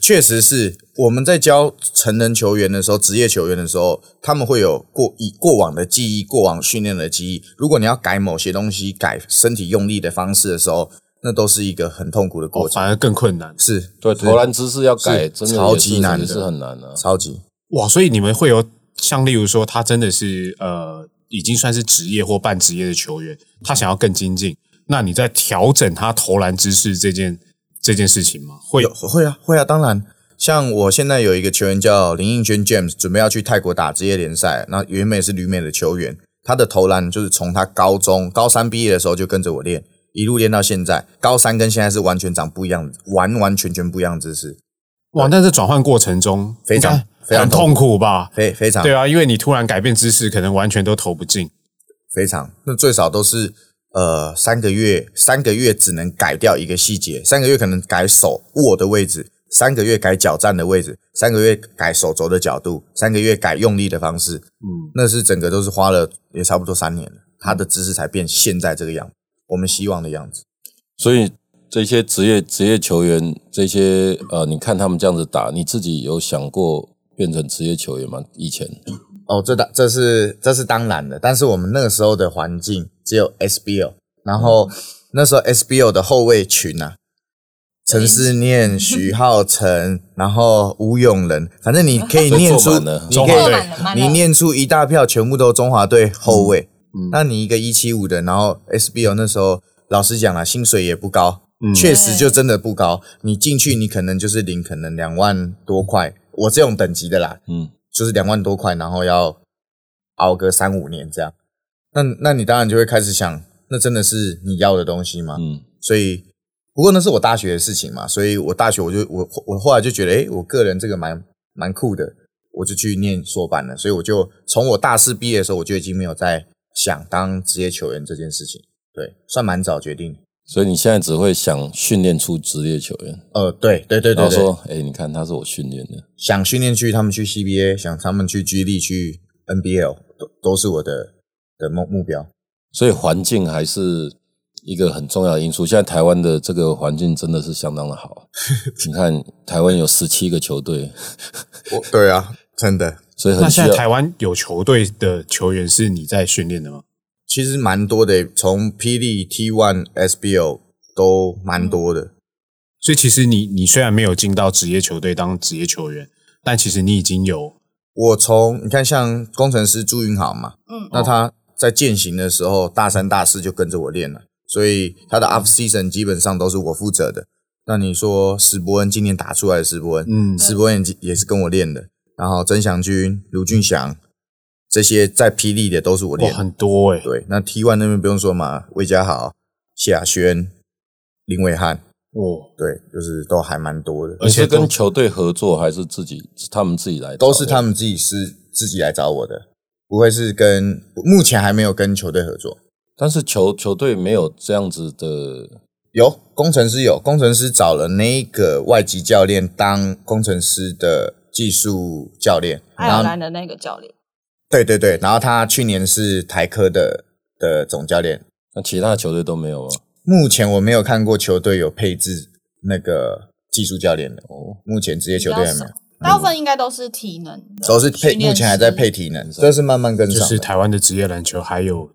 D: 确实是我们在教成人球员的时候，职业球员的时候，他们会有过以过往的记忆、过往训练的记忆。如果你要改某些东西，改身体用力的方式的时候，那都是一个很痛苦的
B: 哦
D: 过程，
B: 反而更困难。
D: 是
A: 对
D: 是
A: 投篮姿势要改，
D: 是
A: 真的
D: 超
A: 也是
D: 级难的
A: 也是很难啊。
D: 超级
B: 哇，所以你们会有像例如说，他真的是呃，已经算是职业或半职业的球员，他想要更精进，那你在调整他投篮姿势这件这件事情吗？会
D: 有会啊会啊，当然。像我现在有一个球员叫林应轩 James，准备要去泰国打职业联赛，那原本也是旅美的球员，他的投篮就是从他高中高三毕业的时候就跟着我练，一路练到现在，高三跟现在是完全长不一样的，完完全全不一样的姿势。
B: 哇，但是转换过程中
D: 非常
B: 应该
D: 非常
B: 很
D: 痛
B: 痛苦吧？
D: 非非常
B: 对啊，因为你突然改变姿势，可能完全都投不进。
D: 非常，那最少都是呃三个月，三个月只能改掉一个细节，三个月可能改手握的位置，三个月改脚站的位置，三个月改手肘的角度，三个月改用力的方式，
B: 嗯，
D: 那是整个都是花了也差不多三年了，他的姿势才变现在这个样子，我们希望的样子。
A: 所以这些职业职业球员，这些呃，你看他们这样子打，你自己有想过变成职业球员吗？以前
D: 哦，这当这是这是当然的，但是我们那个时候的环境只有 SBO，然后
B: 嗯
D: 那时候 SBO 的后卫群啊，陈思
B: 哎
D: 念、徐浩辰，然后吴永仁，反正你
B: *laughs*
D: 可以
A: 都
D: 念
A: 坐满
D: 出，
A: 了
D: 你
B: 中
D: 可
B: 华
D: 以
B: 队
C: 满了满了
D: 你念出一大票，全部都中华队后卫。
B: 嗯嗯
D: 那你一个一七五的，然后 SBO 那时候老实讲啦，薪水也不高，
B: 嗯
D: 确实就真的不高。你进去，你可能就是领可能两万多块，我这种等级的啦，
A: 嗯，
D: 就是两万多块，然后要熬个三五年这样。那那你当然就会开始想，那真的是你要的东西吗？
A: 嗯，
D: 所以不过那是我大学的事情嘛，所以我大学我就我我后来就觉得，诶，我个人这个蛮蛮酷的，我就去念硕班了。所以我就从我大四毕业的时候，我就已经没有在想当职业球员这件事情，对，算蛮早决定。
A: 所以你现在只会想训练出职业球员，
D: 呃，对对对
A: 然后
D: 对对，
A: 说，哎，你看他是我训练的，
D: 想训练去他们去 CBA，想他们去 G 力去 NBL，都都是我的的目目标。
A: 所以环境还是一个很重要的因素。现在台湾的这个环境真的是相当的
D: *laughs*
A: 好，你看台湾有十七个球队，
D: 我对啊，真的，
A: 所以
B: 那
A: 很呃需
B: 现
A: 要
B: 在台湾有球队的球员是你在训练的吗？
D: 其实蛮多的，从霹雳 T One SBL 都蛮多的。
B: 所以其实你你虽然没有进到职业球队当职业球员，但其实你已经有
D: 我从你看，像工程师朱云豪嘛，
C: 嗯
D: 那他在践行的时候，大三、大四就跟着我练了，所以他的 off season 基本上都是我负责的。那你说石伯恩今年打出来的石伯恩，
B: 嗯
D: 石伯恩也也是跟我练的，然后曾祥军、卢俊祥，这些在霹雳的都是我
B: 哇，
D: 练的。
B: 很多哎、
D: 对，那 T one 那边不用说嘛，魏家豪、谢亚轩、林伟汉，
B: 哇，
D: 对，就是都还蛮多的，
A: 你是
B: 且都
A: 跟球队合作还是自己是他们自己来？
D: 都是他。们自己是自己来找我的，不会是跟目前还没有跟球队合作。
A: 但是球球队没有这样子的，
D: 有工程师有工程师找了那个外籍教练当工程师的技术教练，
C: 爱
D: 然
C: 尔
D: 后
C: 兰的那个教练，
D: 对对对，然后他去年是台科的的总教练。
A: 那其他球队都没有啊。
D: 目前我没有看过球队有配置那个技术教练的，
A: 哦，
D: 目前职业球队还没有。
C: 大部分应该都是体能的，
D: 嗯都是配，
C: 训练
D: 目前还
C: 师
D: 在配体能，这是慢慢跟
B: 就
D: 上
B: 是啊
D: 的。
B: 台湾的职业篮球还有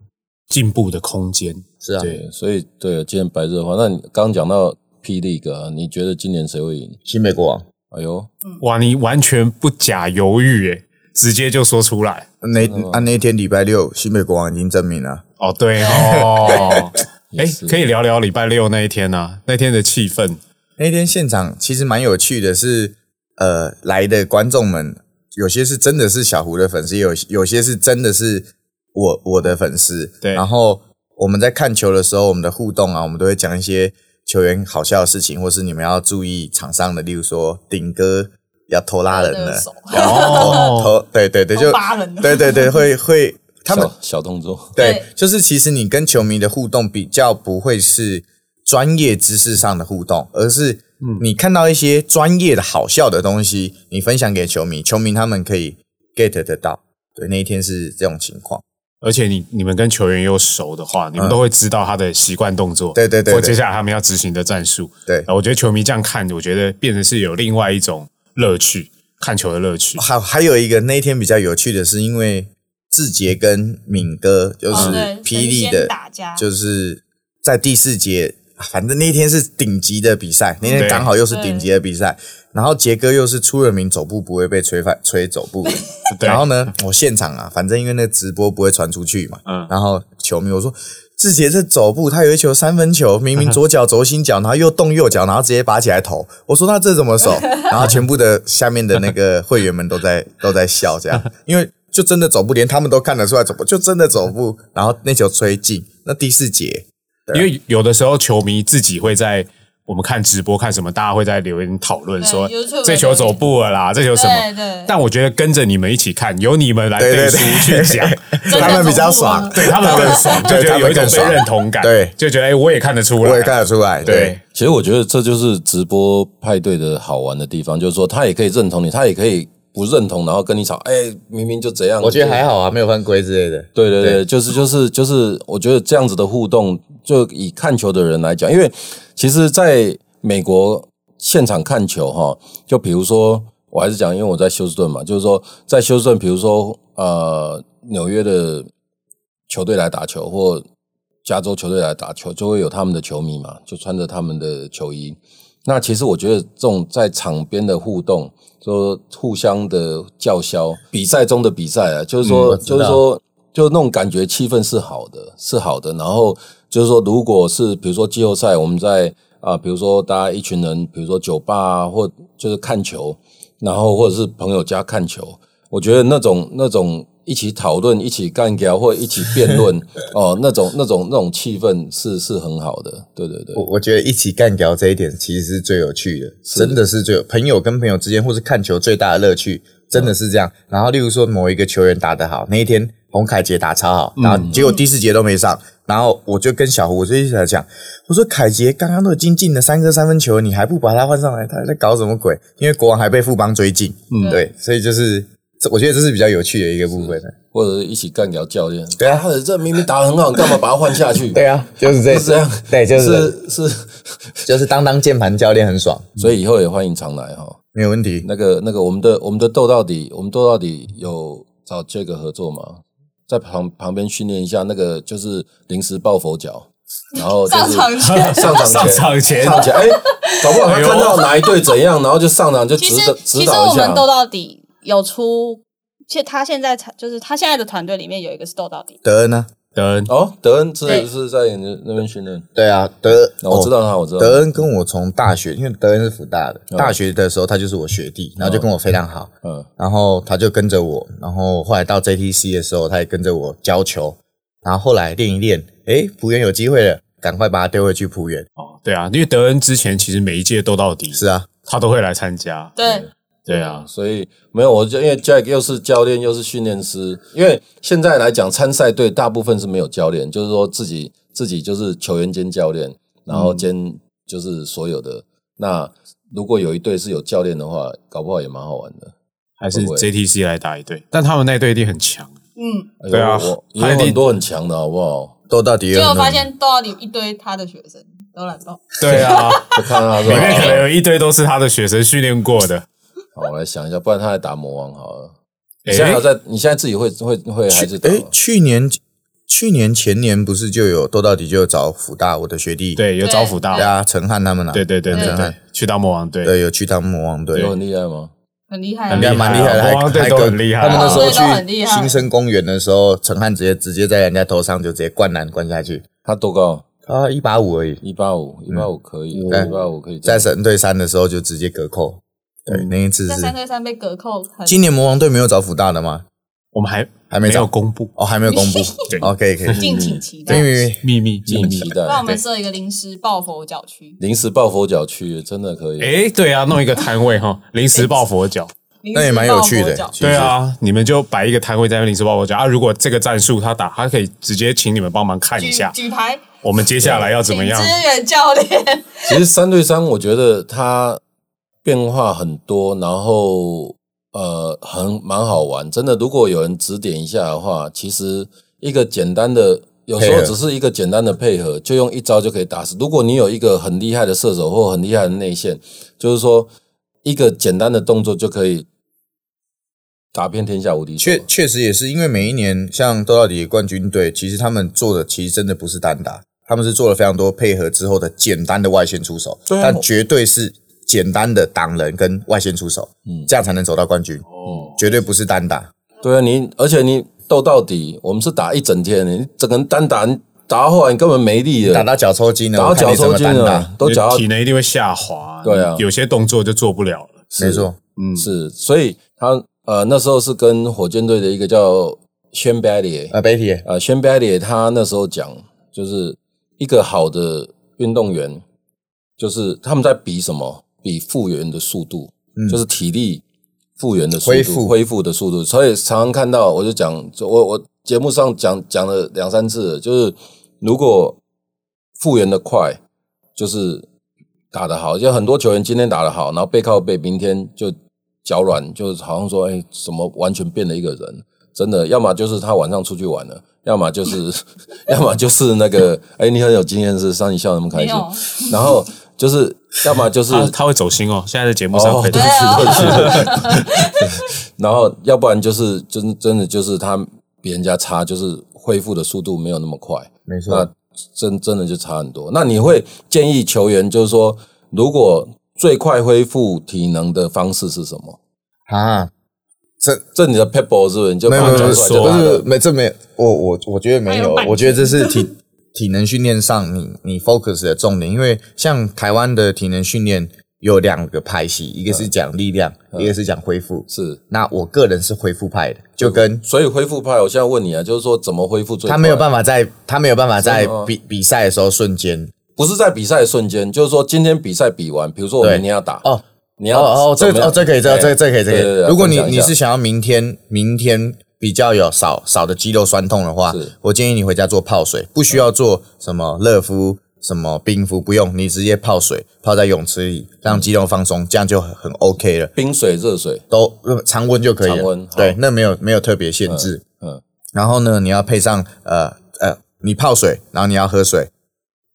B: 进步的空间。
D: 是啊，
B: 对，
A: 所以对，今天白热化。那你刚讲到霹雳哥、啊，你觉得今年谁会赢？
D: 新美国王
A: 哎呦，
B: 哇，你完全不假犹豫哎，直接就说出来。
D: 那啊那天礼拜六，新美国王已经证明了，
B: 哦，对哦，哎
A: 也是，
B: 可以聊聊礼拜六那一天啊，那天的气氛。
D: 那天现场其实蛮有趣的是，呃，来的观众们有些是真的是小胡的粉丝，有有些是真的是我我的粉丝。
B: 对
D: 然后我们在看球的时候，我们的互动啊，我们都会讲一些球员好笑的事情，或是你们要注意场上的，例如说顶哥要偷拉人了
C: 勒
D: *laughs*
C: 手，
D: 然
B: 哦
D: 后偷对对对，就
C: 都 *laughs* 八人了
D: 对对对，会会哦他们
A: 小小动作， *laughs*
D: 对
C: 对，
D: 就是其实你跟球迷的互动比较不会是专业知识上的互动，而是
B: 嗯
D: 你看到一些专业的好笑的东西，你分享给球迷，球迷他们可以 get 得到。对，那一天是这种情况。
B: 而且你你们跟球员又熟的话，你们都会知道他的习惯动作，
D: 对对对对
B: 或接下来他们要执行的战术。
D: 对，
B: 我觉得球迷这样看，我觉得变成是有另外一种乐趣，看球的乐趣。
D: 还还有一个那一天比较有趣的是，因为志杰跟敏哥就是
C: 哦对
D: 霹雳
C: 神
D: 的
C: 仙打架
D: 就是在第四节，啊反正那天是顶级的比赛，那天
B: 对
D: 刚好又是顶级的比赛，然后杰哥又是出了名走步不会被吹翻吹走步， *laughs*
B: 对
D: 然后呢，我现场啊，反正因为那直播不会传出去嘛，
B: 嗯
D: 然后球迷我说。志杰这走步，他有一球三分球，明明左脚轴心脚，然后又动右脚，然后直接拔起来投。我说他这怎么手？然后全部的下面的那个会员们都在都在笑，这样，因为就真的走步，连他们都看得出来走步，就真的走步。然后那球吹进，那第四节，
B: 因为有的时候球迷自己会在我们看直播看什么，大家会在留言讨论
C: 对
B: 说
C: YouTube
B: 这球走步了啦，这球什
C: 对
B: 么。
C: 对，
B: 但我觉得跟着你们一起看，由你们来
D: 对
B: 背
D: 对
B: 书
D: 对
B: 去
D: *laughs*
B: 讲，
C: 真的
D: 他们比较
C: 走步啊
D: 爽，
B: 对他们更爽，就
D: 对
B: 觉
D: 他
B: 得
D: 们
B: 有一种
D: 更
B: 被
D: 爽
B: 认同感，
D: 对
B: 就觉得哎，我也看得出来，
D: 我也看得出来，对
B: 对，
A: 其实我觉得这就是直播派对的好玩的地方，就是说他也可以认同你，他也可以不认同，然后跟你吵，哎，明明就这样。
D: 我觉得还
A: 好。
D: 好啊，没有犯规之类的。
A: 对对
D: 对
A: 对，就是就是就是，我觉得这样子的互动，就以看球的人来讲，因为其实在美国现场看球哈，就比如说，我还是讲，因为我在休斯顿嘛，就是说在休斯顿，比如说呃纽约的球队来打球或加州球队来打球，就会有他们的球迷嘛，就穿着他们的球衣。那其实我觉得这种在场边的互动，说互相的叫嚣，比赛中的比赛啊，就是
D: 嗯
A: 说，
D: 我知道
A: 就是说，就那种感觉气氛是好的，是好的。然后就是说，如果是比如说季后赛，我们在啊、比如说大家一群人，比如说酒吧啊，或就是看球，然后或者是朋友家看球，我觉得那种那种一起讨论、一起干掉或一起辩
D: *laughs*
A: 论哦，那种那种那种气氛是是很好的，对对对
D: 我，我觉得一起干掉这一点其实是最有趣的，
A: 是
D: 真的是最有朋友跟朋友之间，或是看球最大的乐趣，真的是这样。然后，例如说某一个球员打得好，那一天洪凯杰打超好，然后结果第四节都没上，然后我就跟小胡我就一直在讲，我说凯杰刚刚都已经进了三颗三分球，你还不把他换上来，他在搞什么鬼？因为国王还被富邦追进，嗯，对，所以就是这我觉得这是比较有趣的一个部分。
A: 或者是一起干掉教练，
D: 对啊
A: 他的这明明打得很好，你干嘛把他换下 *laughs* 去？
D: 对啊，就是这
A: 是这样，
D: 对，就是
A: 是是，
D: 就是当当键盘教练很爽，
A: 所以以后也欢迎常来哈、
D: 没有问题。
A: 那个那个，我们的我们的斗到底，我们斗到底有找这个合作吗？在旁旁边训练一下，那个就是临时抱佛脚，然后就
C: 上
A: 是
C: 场前
A: *laughs* 上场
B: 上
A: 前
B: 场前
A: 上场前，哎，搞不好他看到哪一队怎样，然后就上场就
C: 其
A: 指
C: 实
A: 导指
C: 其实
A: 导
C: 我
A: 一下
D: 啊
C: 们。斗到底有出，且他现在才就是他现在的团队里面有一个是斗到底，
D: 德恩呢？
B: 德恩，
A: 哦，德恩是
C: 对
A: 是在你那边训练，
D: 对啊，德，
A: 哦我知道他，我知道他。
D: 德恩跟我从大学，因为德恩是福大的，大学的时候他就是我学弟，然后就跟我非常好，
A: 嗯
D: 然后他就跟着我，然后后来到 JTC 的时候，他也跟着我教球，然后后来练一练，诶，浦原有机会了，赶快把他丢回去浦原。
B: 哦，对啊，因为德恩之前其实每一届都到底，
D: 是啊，
B: 他都会来参加，
D: 嗯
C: 对，
B: 对啊，
A: 所以没有，我就因为 Jack 又是教练又是训练师，因为现在来讲参赛队大部分是没有教练，就是说自己自己就是球员兼教练，然
B: 嗯
A: 后兼就是所有的。那如果有一队是有教练的话，搞不好也蛮好玩的。
B: 还是
A: 会不会
B: JTC 来打一队，但他们那队一定很强，
C: 嗯，
A: 哎呦
B: 对啊 *laughs*
A: 我也
B: 海
A: 有
B: 地
A: 很多很强的好不好？
D: 都到底
C: 结
D: 有
C: 果发现都要你一堆他的学生都来报，
B: 对啊，
A: 就看他
B: *laughs* 里面可能
A: 说哦
B: 有一堆都是他的学生训练过的，
A: 好，好我来想一下，不然他来打魔王好了。你
B: 哎
A: 现在还有在，你现在自己会会会还是打吗？
D: 诶，去年去年前年不是就有都到底就有找福大我的学弟，
B: 对，有招福大
D: 对，啊，陈汉他们啊，
B: 对对对对
D: 陈
B: 对
D: 汉，，
B: 去到魔王队，
D: 对，有去当魔王队，
A: 有很厉害吗？
C: 很厉害啊，
B: 很
D: 应该蛮厉害的，还
B: 魔王队
D: 还
B: 都
D: 跟
B: 很厉害
D: 他们那时候
C: 魔王队哦都很厉
D: 去
C: 害
D: 新生公园的时候，陈汉直接直接在人家头上就直接灌篮灌下去，
A: 他多高？
D: 他一八五而已。
A: 一八五，一八五可以，一
D: 对
A: 八五可以
D: 在神队三的时候就直接隔扣，对，
B: 嗯
D: 那一次
C: 在
D: 是
C: 三对三被隔扣，很
D: 今年魔王队没有找福大的吗？
B: 我们还
D: 还没
B: 有
D: 找
B: 公布
D: 哦，还没有公布
B: 对。
D: OK，可以，
C: 敬请期待
D: 因。为
B: 秘密秘
A: 敬
B: 密
A: 期。待。
C: 那我们设一个临时抱佛脚区，
A: 临时抱佛脚区真的可以。
B: 哎，对啊，弄一个摊位哈，临时抱佛脚。
D: 那也蛮有趣的
C: 临时抱佛脚
D: 其实
B: 对啊，你们就摆一个摊位在那边临时抱佛脚啊。如果这个战术他打，他可以直接请你们帮忙看一下，
C: 举举牌，
B: 我们接下来要怎
C: 请
B: 么样
C: 支？援教练，
A: 其实三对三，我觉得它变化很多，然后呃，很蛮好玩。真的，如果有人指点一下的话，其实一个简单的，有时
D: 配
A: 候
D: 合
A: 只是一个简单的配合，就用一招就可以打死。如果你有一个很厉害的射手或很厉害的内线，就是说一个简单的动作就可以打遍天下无敌手。
D: 确确实也是因为每一年像斗到底冠军队，其实他们做的其实真的不是单打，他们是做了非常多配合之后的简单的外线出手，
A: 对啊
D: 但绝对是简单的挡人跟外线出手，
A: 嗯哦
D: 这样才能走到冠军，绝对不是单打。
A: 对啊，你而且你斗到底，我们是打一整天，你整个人单打，你打到后来你根本没力了，
D: 打到脚抽筋了，
A: 打到
D: 我看
A: 脚
D: 你怎
A: 抽
D: 么
A: 筋
D: 单
A: 了
D: 打，，
A: 都脚到
B: 体能一定会下滑，
A: 对啊
B: 有些动作就做不了了。
D: 没错。
B: 嗯，
A: 是，所以他呃那时候是跟火箭队的一个叫轩贝列，
D: 呃，北铁
A: 呃轩贝列他那时候讲，就是一个好的运动员，就是他们在比什么？比复原的速度，就是体力复原的速度，
D: 嗯恢复
A: 恢复的速度。所以常常看到，我就讲，就我我节目上讲讲了两三次了，就是如果复原的快，就是打得好，就很多球员今天打得好，然后背靠背，明天就脚软，就好像说，哎，怎么完全变了一个人？真的，要么就是他晚上出去玩了，要么就是， *laughs* 要么就是那个，哎，你很有经验，是让你笑得那么开
C: 没
A: 心。
C: 有，
A: 然后就是，要么就是
B: 他他会走心哦，现在的节目上
A: 哦
B: 会
A: 对
B: 走
A: 不
B: 心
A: 起，
C: 对啊
A: 对不起。
C: *laughs*
A: 然后，要不然就是真真的就是他比人家差，就是恢复的速度没有那么快，
D: 没错
A: 那，真真的就差很多。那你会建议球员，就是说，如果最快恢复体能的方式是什么？
D: 啊，这
A: 这你的 p e b b l e 是不是？你就
D: 没有没
A: 把它
D: 有没啊
A: 讲
D: 有
A: 出来
B: 说
A: 就
D: 不
A: 好
D: 是
A: 了。
D: 没这没有我我我觉得没
C: 还有
D: 有
C: 版，权
D: 我觉得这是体 *laughs* 体能训练上你你 focus 的重点，因为像台湾的体能训练有两个派系，一个是讲力量，
A: 嗯
D: 一个是讲恢复。
A: 是，
D: 那我个人是恢复派的，就跟
A: 所以恢复派，我现在问你啊，就是说怎么恢复最快？
D: 他没有办法在他没有办法在
A: 真的吗
D: 比比赛的时候瞬间
A: 不是在比赛的瞬间，就是说今天比赛比完，比如说我
D: 对
A: 明天要打，
D: 哦
A: 你要
D: 哦哦，
A: 怎
D: 这
A: 么
D: 个
A: 样
D: 哦这可以，这
A: 哎
D: 这这可以，这
A: 对对
D: 可
A: 对
D: 以。如果你
A: 分享一
D: 你
A: 下
D: 是想要明天明天比较有少少的肌肉酸痛的话
A: 是，
D: 我建议你回家做泡水，不需要做什么热敷、什么冰敷，不用，你直接泡水，泡在泳池里，让肌肉放松，这样就很很 OK 了，
A: 冰水、热水，
D: 都呃常温就可以了。
A: 常温好
D: 对，那没有没有特别限制。
A: 嗯嗯
D: 然后呢，你要配上呃呃，你泡水，然后你要喝水，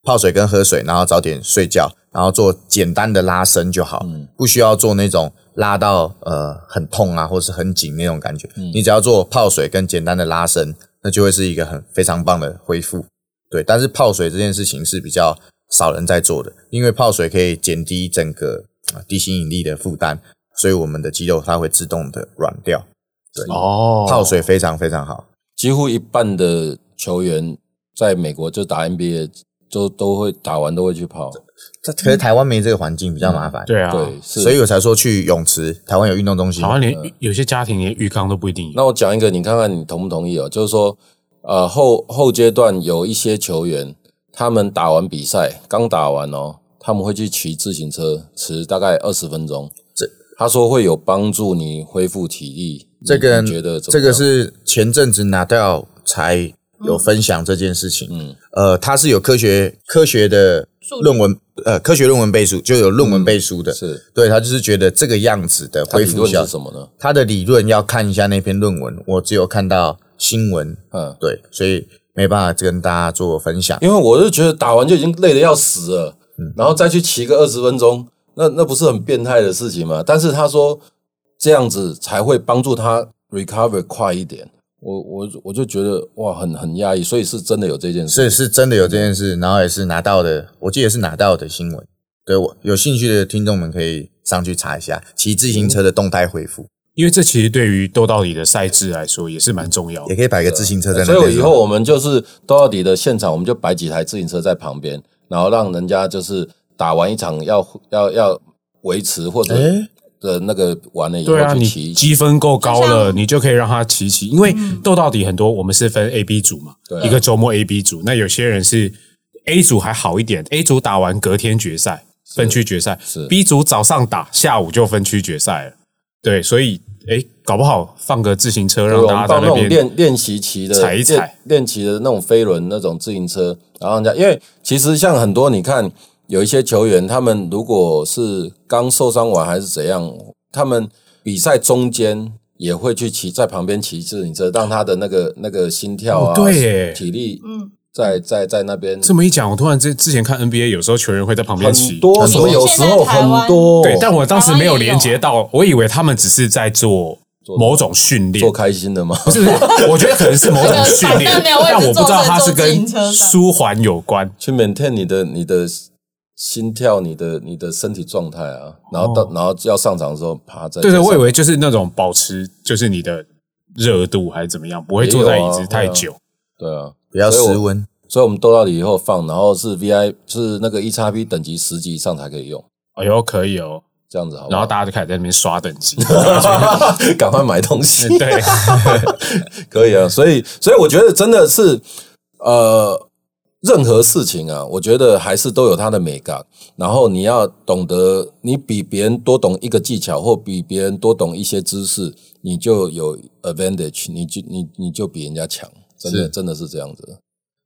D: 泡水跟喝水，然后早点睡觉，然后做简单的拉伸就好，
A: 嗯
D: 不需要做那种拉到呃很痛啊，或是很紧那种感觉。
A: 嗯
D: 你只要做泡水跟简单的拉伸，那就会是一个很非常棒的恢复。对，但是泡水这件事情是比较少人在做的，因为泡水可以减低整个呃地心引力的负担，所以我们的肌肉它会自动的软掉。
B: 哦，
D: 泡水非常非常好。
A: 几乎一半的球员在美国就打 NBA 就都会打完都会去泡，
D: 可是台湾没这个环境，比较麻烦。
B: 对啊，
A: 对，是。
D: 所以我才说去泳池，台湾有运动中心
B: 台。湾连有些家庭连浴缸都不一定有。
A: 那我讲一个，你看看你同不同意哦？就是说，呃，后后阶段有一些球员，他们打完比赛，刚打完哦，他们会去骑自行车，骑大概二十分钟。
D: 这
A: 他说会有帮助你恢复体力。
D: 这个
A: 你觉得怎么
D: 这
A: 样
D: 个是前阵子拿掉才有分享这件事情。
A: 嗯
D: 嗯，呃，它是有科学科学的
C: 数据
D: 论文，呃，科学论文背书就有论文背书的。
A: 是
D: 对他就是觉得这个样子的
A: 他
D: 恢
A: 理
D: 复
A: 论
D: 效
A: 是，什么呢？
D: 他的理论要看一下那篇论文，我只有看到新闻，
A: 嗯，
D: 对，所以没办法跟大家做分享。
A: 因为我就觉得打完就已经累得要死了，然后再去骑个二十分钟，那那不是很变态的事情吗？但是他说这样子才会帮助他 recover 快一点。我我我就觉得哇，很很压抑，所以是真的有这件事。
D: 是是真的有这件事，然后也是拿到的，我记得是拿到的新闻。对我有兴趣的听众们可以上去查一下骑自行车的动态恢复，
B: 因为这其实对于斗到底的赛制来说也是蛮重要
D: 也
B: 的。
D: 可以摆个自行车在那
A: 所
D: 边。
A: 以我以后我们就是都到底的现场，我们就摆几台自行车在旁边，然后让人家就是打完一场要要要维持或者
D: 诶
A: 的那个完了以后
B: 对啊，
A: 去
B: 你
A: 骑一骑。
B: 积分够高
C: 就
B: 了，
C: 像嗯
B: 你就可以让他骑骑。因为斗到底很多，我们是分 A、B 组嘛，
A: 对
B: 一个周末 A、B 组。那有些人是 A 组还好一点，A 组打完隔天决赛、分区决赛
A: 是
B: ；B 组早上打，下午就分区决赛了。对，所以诶，搞不好放个自行车
A: 对
B: 让
A: 我
B: 大
A: 们
B: 家
A: 放
B: 在
A: 那
B: 那
A: 种
B: 边
A: 练练习骑的
B: 踩一踩
A: 练练骑的那种飞轮那种自行车，然后人家因为其实像很多你看有一些球员，他们如果是刚受伤完还是怎样，他们比赛中间也会去骑在旁边骑自行车，让他的那个那个心跳啊，
B: 哦对耶
A: 体力
C: 嗯，
A: 在在在那边
B: 这么一讲，我突然之之前看 NBA，有时候球员会在旁边骑
A: 很，多，
D: 很多
A: 所以有时候
C: 现在台湾
A: 很多，
B: 对，但我当时没有连
C: 哦台湾也
B: 接
C: 有
B: 到，我以为他们只是在做
A: 做
B: 某种训练
A: 做，开心的嘛，
B: 不是，我觉得可能是某种训练，
C: 没有没有
B: 但我不知道它是
C: 我也是
B: 跟
C: 坐在坐自行车上
B: 舒缓有关。
A: 去 maintain 你的你的心跳、你的你的身体状态啊，然后到、然后要上场的时候趴在
B: 哦对对，
A: 地上
B: 我以为就是那种保持就是你的热度还是怎么样，啊不会坐在椅子太久。
A: 对啊，
D: 比较
A: 所以
D: 室
A: 我
D: 温，
A: 所以我们斗到底以后放，然后是 VI 是那个 EXP 等级十级以上才可以用，
B: 哎呦，可以哦，
A: 这样子好不
B: 然后
A: 好？
B: 大家就开始在那边刷等 *laughs* 级。
A: *laughs*
B: 嗯
A: 赶快买东西，
B: *laughs* 对，
A: *laughs* 可以啊，所以所以我觉得真的是，呃，任何事情啊，我觉得还是都有它的美感。然后你要懂得，你比别人多懂一个技巧，或比别人多懂一些知识，你就有 advantage，你就你你就比人家强，真的
D: 是
A: 真的是这样子的。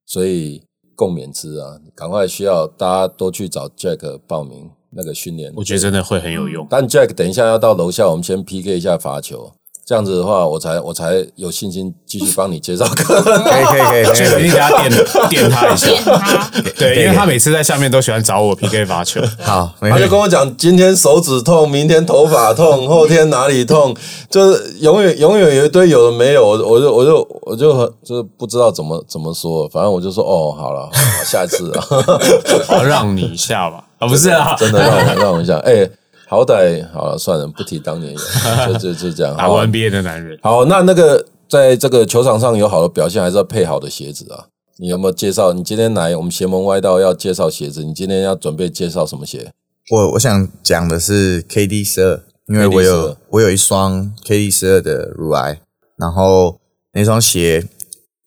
A: 所以共勉之啊，赶快需要大家都去找 Jack 报名那个训练。
B: 我觉得真的会很有用。
A: 但 Jack 等一下要到楼下，我们先 PK 一下罚球。这样子的话，我才我才有信心继续帮你 *laughs* 介绍客人。
D: 可以可以可以
B: *laughs* *laughs* 所以
D: 可
B: 我
D: 以，
B: 一定给他电电他一下，
C: 骗
D: *laughs*
C: 他，
B: 对，因为他每次在下面都喜欢找我 PK 罚 *laughs* 球。
D: 好，没
A: 他
D: 问
A: 就
D: 题
A: 跟。我讲，今天手指痛，明天头发 *laughs* 痛，后天哪里痛，就是永远永远有一堆有的没有，我我就我就我就很就是不知道怎么怎么说，反正我就说哦，好了，好好下次啊，
B: 好，让你一下吧。啊，不是啊，
A: *laughs* 真的让我让我一下，哎、好歹好了，算了，不提当年勇，就就就 *laughs* 这样，
B: 打
A: 好
B: 完 NBA 的男人，
A: 好，那那个在这个球场上有好的表现，还是要配好的鞋子啊。你有没有介绍？你今天来我们邪门歪道要介绍鞋子，你今天要准备介绍什么鞋？
D: 我我想讲的是 KD 十二，因为我
A: KD12
D: 有我有一双 KD 十二的乳癌，然后那双鞋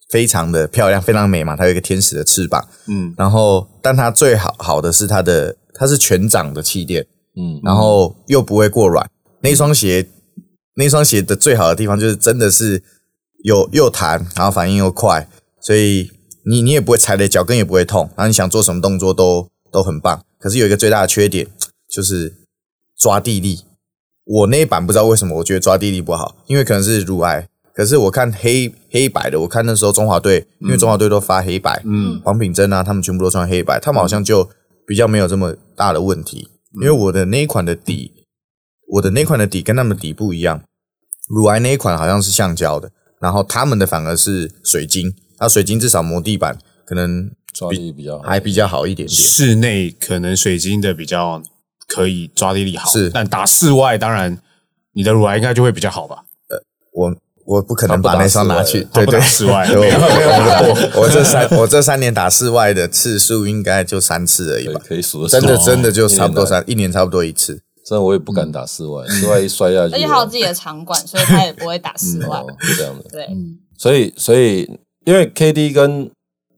D: 非常的漂亮，非常美嘛，它有一个天使的翅膀，
B: 嗯，
D: 然后但它最好好的是它的它是全掌的气垫，
A: 嗯，
D: 然后又不会过软。那双鞋，那双鞋的最好的地方就是真的是有又弹，然后反应又快，所以你你也不会踩雷，脚跟也不会痛，然后你想做什么动作都都很棒。可是有一个最大的缺点就是抓地力。我那一版不知道为什么，我觉得抓地力不好，因为可能是乳癌。可是我看黑黑白的，我看那时候中华队，因为中华队都发黑白，
B: 嗯
D: 黄品珍啊，他们全部都穿黑白，他们好像就比较没有这么大的问题。因为我的那一款的底，我的那款的底跟他们的底不一样，乳癌那一款好像是橡胶的，然后他们的反而是水晶，那水晶至少磨地板可能
A: 抓力比较好。
D: 还比较好一点点。
B: 室内可能水晶的比较可以抓地力好，
D: 是
B: 但打室外当然你的乳癌应该就会比较好吧？
D: 我我不可能把那双拿去，
B: 他
D: 对
B: 不打
D: 对，
B: 室外
D: *laughs* 对
B: 没有没有没有
D: 我我这三我这三年打室外的次数应该就三次而已吧，
A: 可以数得
D: 真的
B: 哦
A: 出来
D: 真的就差不多
A: 一年
D: 三一年差不多一次。
A: 真的我也不敢打室外，室外一摔下去，
C: 而且还有自己的场馆，所以他也不会打室外
A: 哦。，
D: 嗯
A: 是这样的。
C: 对，
A: 所以，所以因为 KD 跟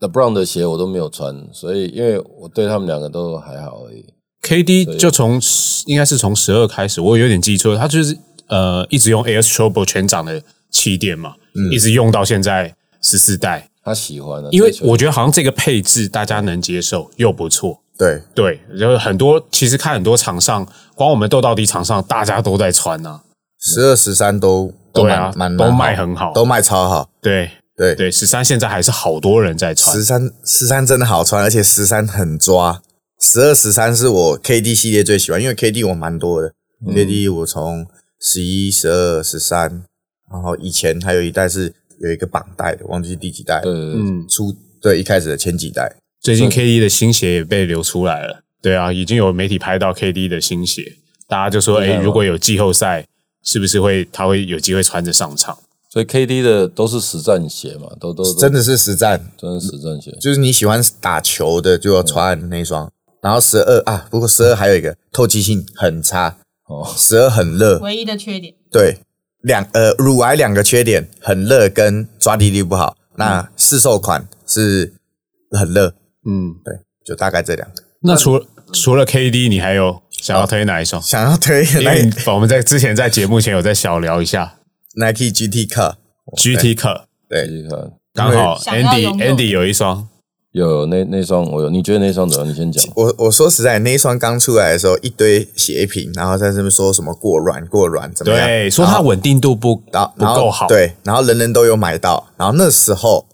A: LeBron 的鞋我都没有穿，所以因为我对他们两个都还好而已。
B: KD 就从10应该是从十二开始，我有点记错，他就是呃一直用 AS Trouble 全掌的气垫嘛，一直用到现在十四代，
A: 他喜欢啊，
B: 因为
A: 这球
B: 我觉得好像这个配置大家能接受又不错。
D: 对，
B: 对，然后很多其实看很多场上，光我们斗到底场上大家都在穿呐、
D: 十二十三都都
B: 对啊
D: 蛮蛮
B: 都
D: 蛮
B: 卖很好
D: 都卖超好。
B: 对
D: 对，
B: 对，十三现在还是好多人在穿
D: 十，三十三真的好穿，而且十三很抓。十二十三是我 KD 系列最喜欢，因为 KD 我蛮多的、KD
B: 嗯
D: 我从十一、十二、十三，然后以前还有一代是有一个绑带的，忘记第几代了，
A: 对对对，
B: 嗯，
D: 出对一开始的前几代。
B: 最近 KD 的新鞋也被流出来了，对啊，已经有媒体拍到 KD 的新鞋，大家就说，
A: 厉害
B: 哎，
A: 吗
B: 如果有季后赛，是不是会他会有机会穿着上场？
A: 所以 KD 的都是实战鞋嘛，都都都
D: 真的是实战，
A: 真的实战鞋。
D: 就是你喜欢打球的就要穿那一
B: 嗯
D: 双。然后十二啊，不过十二还有一个透气性很差，
A: 哦，
D: 十二很热，
B: 嗯
C: 唯一的缺点，
D: 对，两呃乳癌两个缺点，很热跟抓地力不好。那市售款是很热，
B: 嗯，
D: 对，就大概这两个。
B: 那除了除了 KD，你还有想要推哪一双？
D: 想要推
B: 因为
D: Nike
B: 我们在之前在节目前有在小聊一下
D: Nike GT Cut，
B: GT 课，
A: 自
D: 对，
A: 己看
B: 刚好
C: 想要
B: Andy
C: 拥有
B: Andy 有一双，
A: 有那那双我有，你觉得那双怎么样？你先讲。
D: 我我说实在，那一双刚出来的时候，一堆邪评，然后在这边说什么过软过软怎么样？
B: 对，说它稳定度不
D: 然后
B: 不
D: 然后
B: 够好，，
D: 对，然后人人都有买到，然后那时候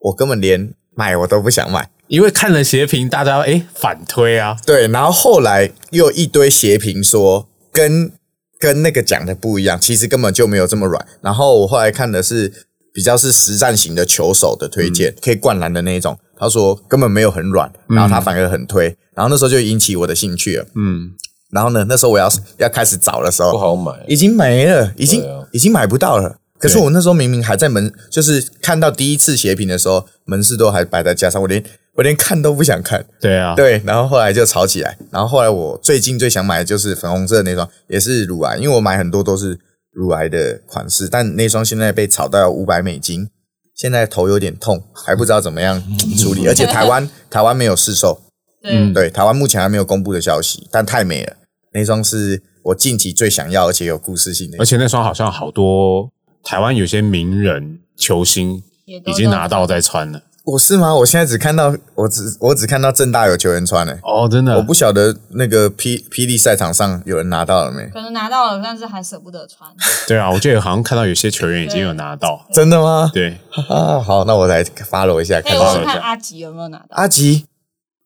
D: 我根本连买我都不想买。
B: 因为看了鞋评，大家哎反推啊，
D: 对，然后后来又一堆邪评说跟跟那个讲的不一样，其实根本就没有这么软。然后我后来看的是比较是实战型的球手的推
B: 嗯
D: 荐，可以灌篮的那一种，他说根本没有很软，然后他反而很推，然后那时候就引起我的兴趣了。
B: 嗯，
D: 然后呢，那时候我要要开始找的时
A: 不
D: 候，
A: 好买，啊
D: 已经没了，已经、
A: 对啊
D: 已经买不到了。可是我那时候明明还在门，就是看到第一次鞋评的时候，门市都还摆在架上，我连我连看都不想看。
B: 对啊，
D: 对，然后后来就吵起来，然后后来我最近最想买的就是粉红色的那双，也是乳癌，因为我买很多都是乳癌的款式，但那双现在被炒到五百美金，现在头有点痛，还不知道怎么样处
B: 嗯
D: 理，而且台湾台湾没有试售，
C: 对，
D: 对，台湾目前还没有公布的消息，但太美了，那双是我近期最想要而且有故事性的
B: 而，且那双好像好多台湾有些名人球星
C: 也都
B: 已经拿到在穿了。
D: 我是吗？我现在只看到我只我只看到正大有球员穿嘞、
B: 哦，真的，
D: 我不晓得那个霹霹雳赛场上有人拿到了没？
C: 可能拿到了，但是还舍不得
D: *laughs*
C: 穿。
B: 对啊，我记得好像看到有些球员已经有拿到。
D: 真的吗？
B: 对，
D: 啊，好，那我来 follow 一下，
C: 可以
D: 看
C: 问
D: 到
B: 了
C: 问
B: 一
C: 看
B: 下
C: 阿吉有没有拿到？
D: 阿吉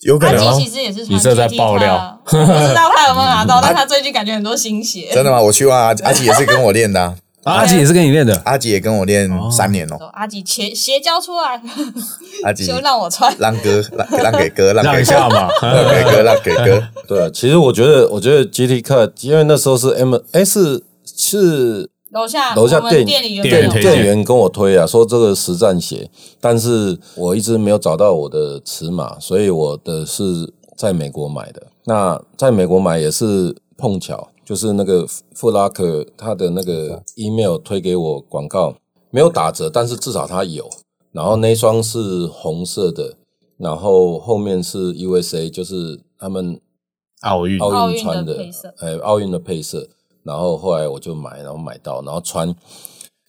D: 有可
C: 阿
D: 能
C: 吉
D: 哦
C: 其，实也是穿
B: 你这在
C: GT
B: 爆料嗯 *laughs*
C: 啊，不知道他有没有拿到，但他最近感觉很多新鞋。
D: 真的吗？我去问
C: *laughs*
D: 阿吉，阿吉也是跟我练的啊、
B: 啊阿吉也是跟你练的，
D: 阿吉也跟我练三年哦，
C: 走阿吉鞋啊鞋交出
B: *laughs*
C: 来，
D: 阿吉
C: 就让我穿。
D: 让哥让让给哥，
B: *laughs*
D: 让
B: 让
D: 给
B: 一
D: 哥，
B: 下嘛。
D: *laughs* 让给哥，让给
C: *laughs*
D: 哥，
A: 对啊，其实我觉得，我觉得 GT Cut，因为那时候是 M，哎是是
C: 楼下
A: 楼下
C: 我们
A: 店
C: 店里有
B: 店
C: 没
A: 店
B: 员
C: 有
B: 推荐
A: 店员跟我推啊，说这个实战鞋，但是我一直没有找到我的尺码，所以我的是在美国买的。那在美国买也是碰巧，就是那个富拉克他的那个 email 推给我广告，没有打折，但是至少他有。然后那双是红色的，然后后面是 USA，就是他们
B: 奥运，
A: 奥运穿
C: 奥运的配色
A: 哎，奥运的配色。然后后来我就买，然后买到，然后穿。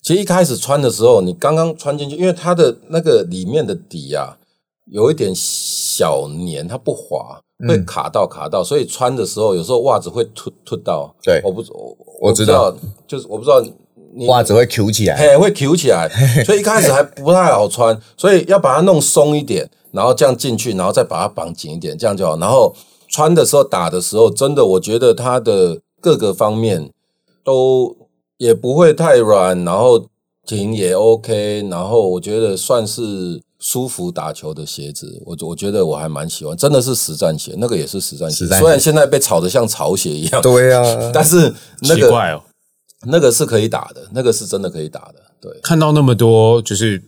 A: 其实一开始穿的时候，你刚刚穿进去，因为它的那个里面的底啊，有一点小黏，它不滑，会
D: 嗯
A: 卡到卡到，所以穿的时候有时候袜子会突突到。
D: 对
A: 我不我
D: 我知道
A: 不知道，就是我不知道你
D: 袜子会 Q 起来，
A: 嘿，会揪起来，所以一开始还不太好穿，所以要把它弄松一点，然后这样进去，然后再把它绑紧一点，这样就好。然后穿的时候、打的时候，真的我觉得它的各个方面都也不会太软，然后挺也 OK，然后我觉得算是。舒服打球的鞋子，我我觉得我还蛮喜欢，真的是实战鞋，那个也是实战鞋，
D: 实战鞋
A: 虽然现在被炒得像潮鞋一样，
D: 对啊，
A: 但是那
B: 奇
A: 个
B: 怪哦，
A: 那个是可以打的，那个是真的可以打的。对
B: 看到那么多就是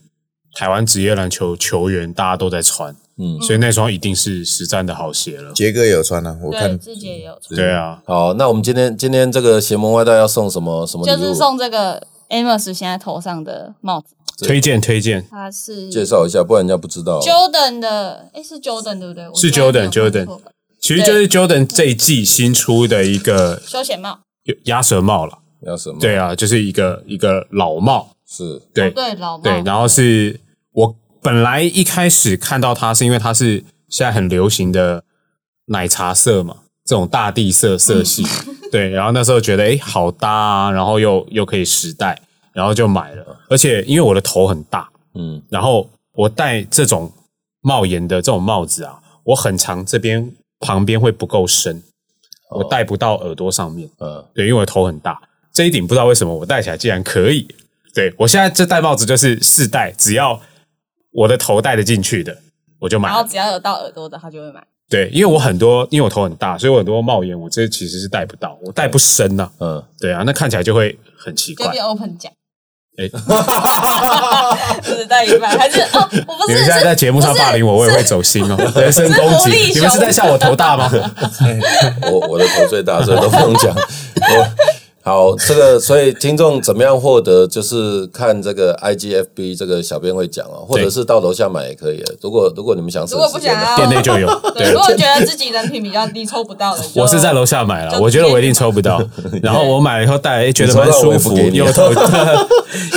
B: 台湾职业篮球球员，大家都在穿，嗯，所以那双一定是实战的好鞋了。
D: 杰哥也有穿啊，我
E: 对，
D: 看
E: 自己也有穿，
B: 对啊，
A: 好，那我们今天今天这个邪门外道要送什么什么礼
C: 就
A: 物？
C: 是送这个 Amos 现在头上的帽子，
B: 推荐推荐，
E: 它是
A: 介绍一下，不然人家不知道。
E: Jordan 的，哎，是 Jordan 对不对？我
B: 是
E: 觉得没有
B: Jordan，
E: 看错吧
B: 其实就是 Jordan 这一季新出的一个
C: 休闲帽，
B: 鸭舌帽了。
A: 要什么？，
B: 对啊，就是一个一个老帽，
A: 是
B: 哦
C: 哦
B: 对、
E: 对，老帽，
B: 对，
C: 嗯
B: 然后是我本来一开始看到它是因为它是现在很流行的奶茶色嘛，这种大地色色系，对，然后那时候觉得诶好搭啊，然后又又可以时戴，然后就买了，而且因为我的头很大，
A: 嗯，
B: 然后我戴这种帽檐的这种帽子啊，我很长这边旁边会不够深，我戴不到耳朵上面。
A: 呃，
B: 对，因为我头很大，这一顶不知道为什么我戴起来竟然可以。对我现在这戴帽子就是试戴，只要我的头戴得进去的，我就买
C: 然后
B: 了。
C: 只要有到耳朵的，他就会买。
B: 对，因为我很多，因为我头很大，所以我很多帽檐我这其实是戴不到，我戴不深呐、
A: 嗯，
B: 对啊，那看起来就会很奇
C: 就
B: 怪。
C: 变 open 讲， *laughs*
B: 哎，
C: 只带一半，还是哦，我不
B: 你
C: 是，
B: 们现在
C: 是
B: 在节目上
C: 不是
B: 霸凌我，我也会走心哦，人身攻
C: 是狐
B: 击
C: 狸。
B: 你们是在笑我头
C: *laughs*
B: 大吗？
A: 我我的头最大，所以都不用讲。我好，这个所以听众怎么样获得，就是看这个 IGFB 这个小编会讲哦，或者是到楼下买也可以的。如果如果你们想省
C: 如果不
A: 时间
C: 想
A: 的，
C: 要，
B: 店内就有。
C: 对，如果觉得自己人品比较低，抽不
B: *laughs*
C: 到的，就
B: 我是在楼下买了，
C: 就
B: 我觉得我一定抽不到。然后我买了以后戴，哎觉得
A: 你抽到
B: 蛮舒
A: 我
B: 服
A: 也不给，你嗯
B: 又
A: *laughs*
B: 透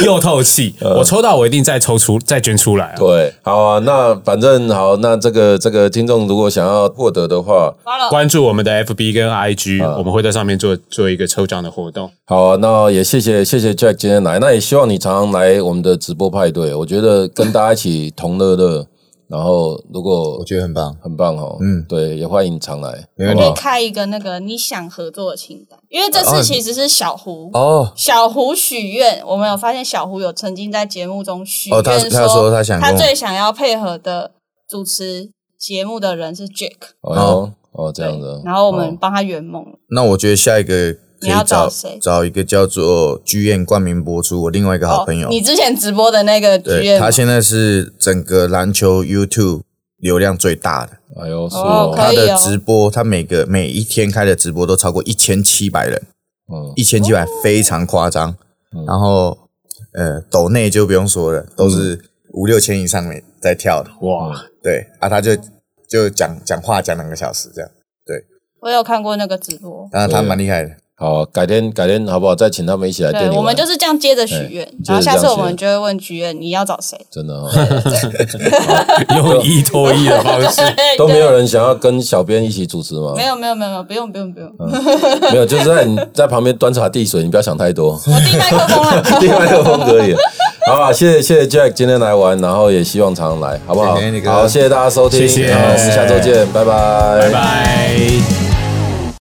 B: 又透气。我抽到，我一定再抽出，再捐出来啊。
A: 对，好啊，那反正好，那这个这个听众如果想要获得的话，
C: follow
B: 关注我们的 FB 跟 IG，我
A: 嗯
B: 们会在上面做做一个抽奖的
A: *laughs*
B: 活动。
A: 好啊，那也谢谢谢谢 Jack 今天来，那也希望你常常来我们的直播派对，我觉得跟大家一起同乐乐，然后如果
D: 我觉得很棒。
A: 很棒哦，嗯，对，也欢迎常来，
D: 没问
A: 好不
C: 可以
D: 题
A: 好
C: 开一个那个你想合作的清单，因为这次其实是小胡。
D: 哦，
C: 小胡许愿，我们有发现小胡有曾经在节目中许愿
D: 哦他他说他想跟我
C: 最想要配合的主持节目的人是 Jack，
A: 哦哦，这样子，
C: 然后我们
A: 哦
C: 帮他圆梦了。
D: 那我觉得下一个可
C: 你要
D: 以
C: 找
D: 找
C: 谁
D: 找一个叫做剧院冠名播出，我另外一个好朋友
C: 哦，你之前直播的那个剧
D: 对
C: 院吗
D: 他，现在是整个篮球 YouTube 流量最大的，
A: 哎呦，是哦，
C: 哦可
D: 他
C: 以哦
D: 的直播他每个每一天开的直播都超过一千七百人，
A: 嗯
D: 一千七
C: 哦
D: 百非常夸张。
C: 嗯
D: 然后呃，抖内就不用说了，都
C: 嗯
D: 是五六千以上每在跳的。
B: 哇，
D: 对啊，他就就讲讲话讲两个小时这样，
C: 我有看过那个直播。
D: 当然他蛮厉害的。
A: 好，改天改天好不好？再请他们一起来店里
C: 对，
A: 玩，
C: 我们就是这样接着许愿，然后下次我们就会问许愿你要找谁，
A: 真的
C: *laughs*
A: 哦，
B: 用一拖一的方
A: *laughs*
B: 式，
A: 都没有人想要跟小编一起主持吗？
C: 没有没有没有没有，不用不用不用，
A: 没有，就是在你在旁边端茶递水，你不要想太多。
C: 我递麦克风了。
A: *laughs* 另外一个风格
D: *laughs*
A: 也。好啊，谢谢谢谢 Jack 今天来玩，然后也希望常来，好不好？
D: 谢谢你哥
A: 好，谢谢大家收听，
B: 谢谢
A: 好我们下周见，拜拜，拜
B: 拜拜。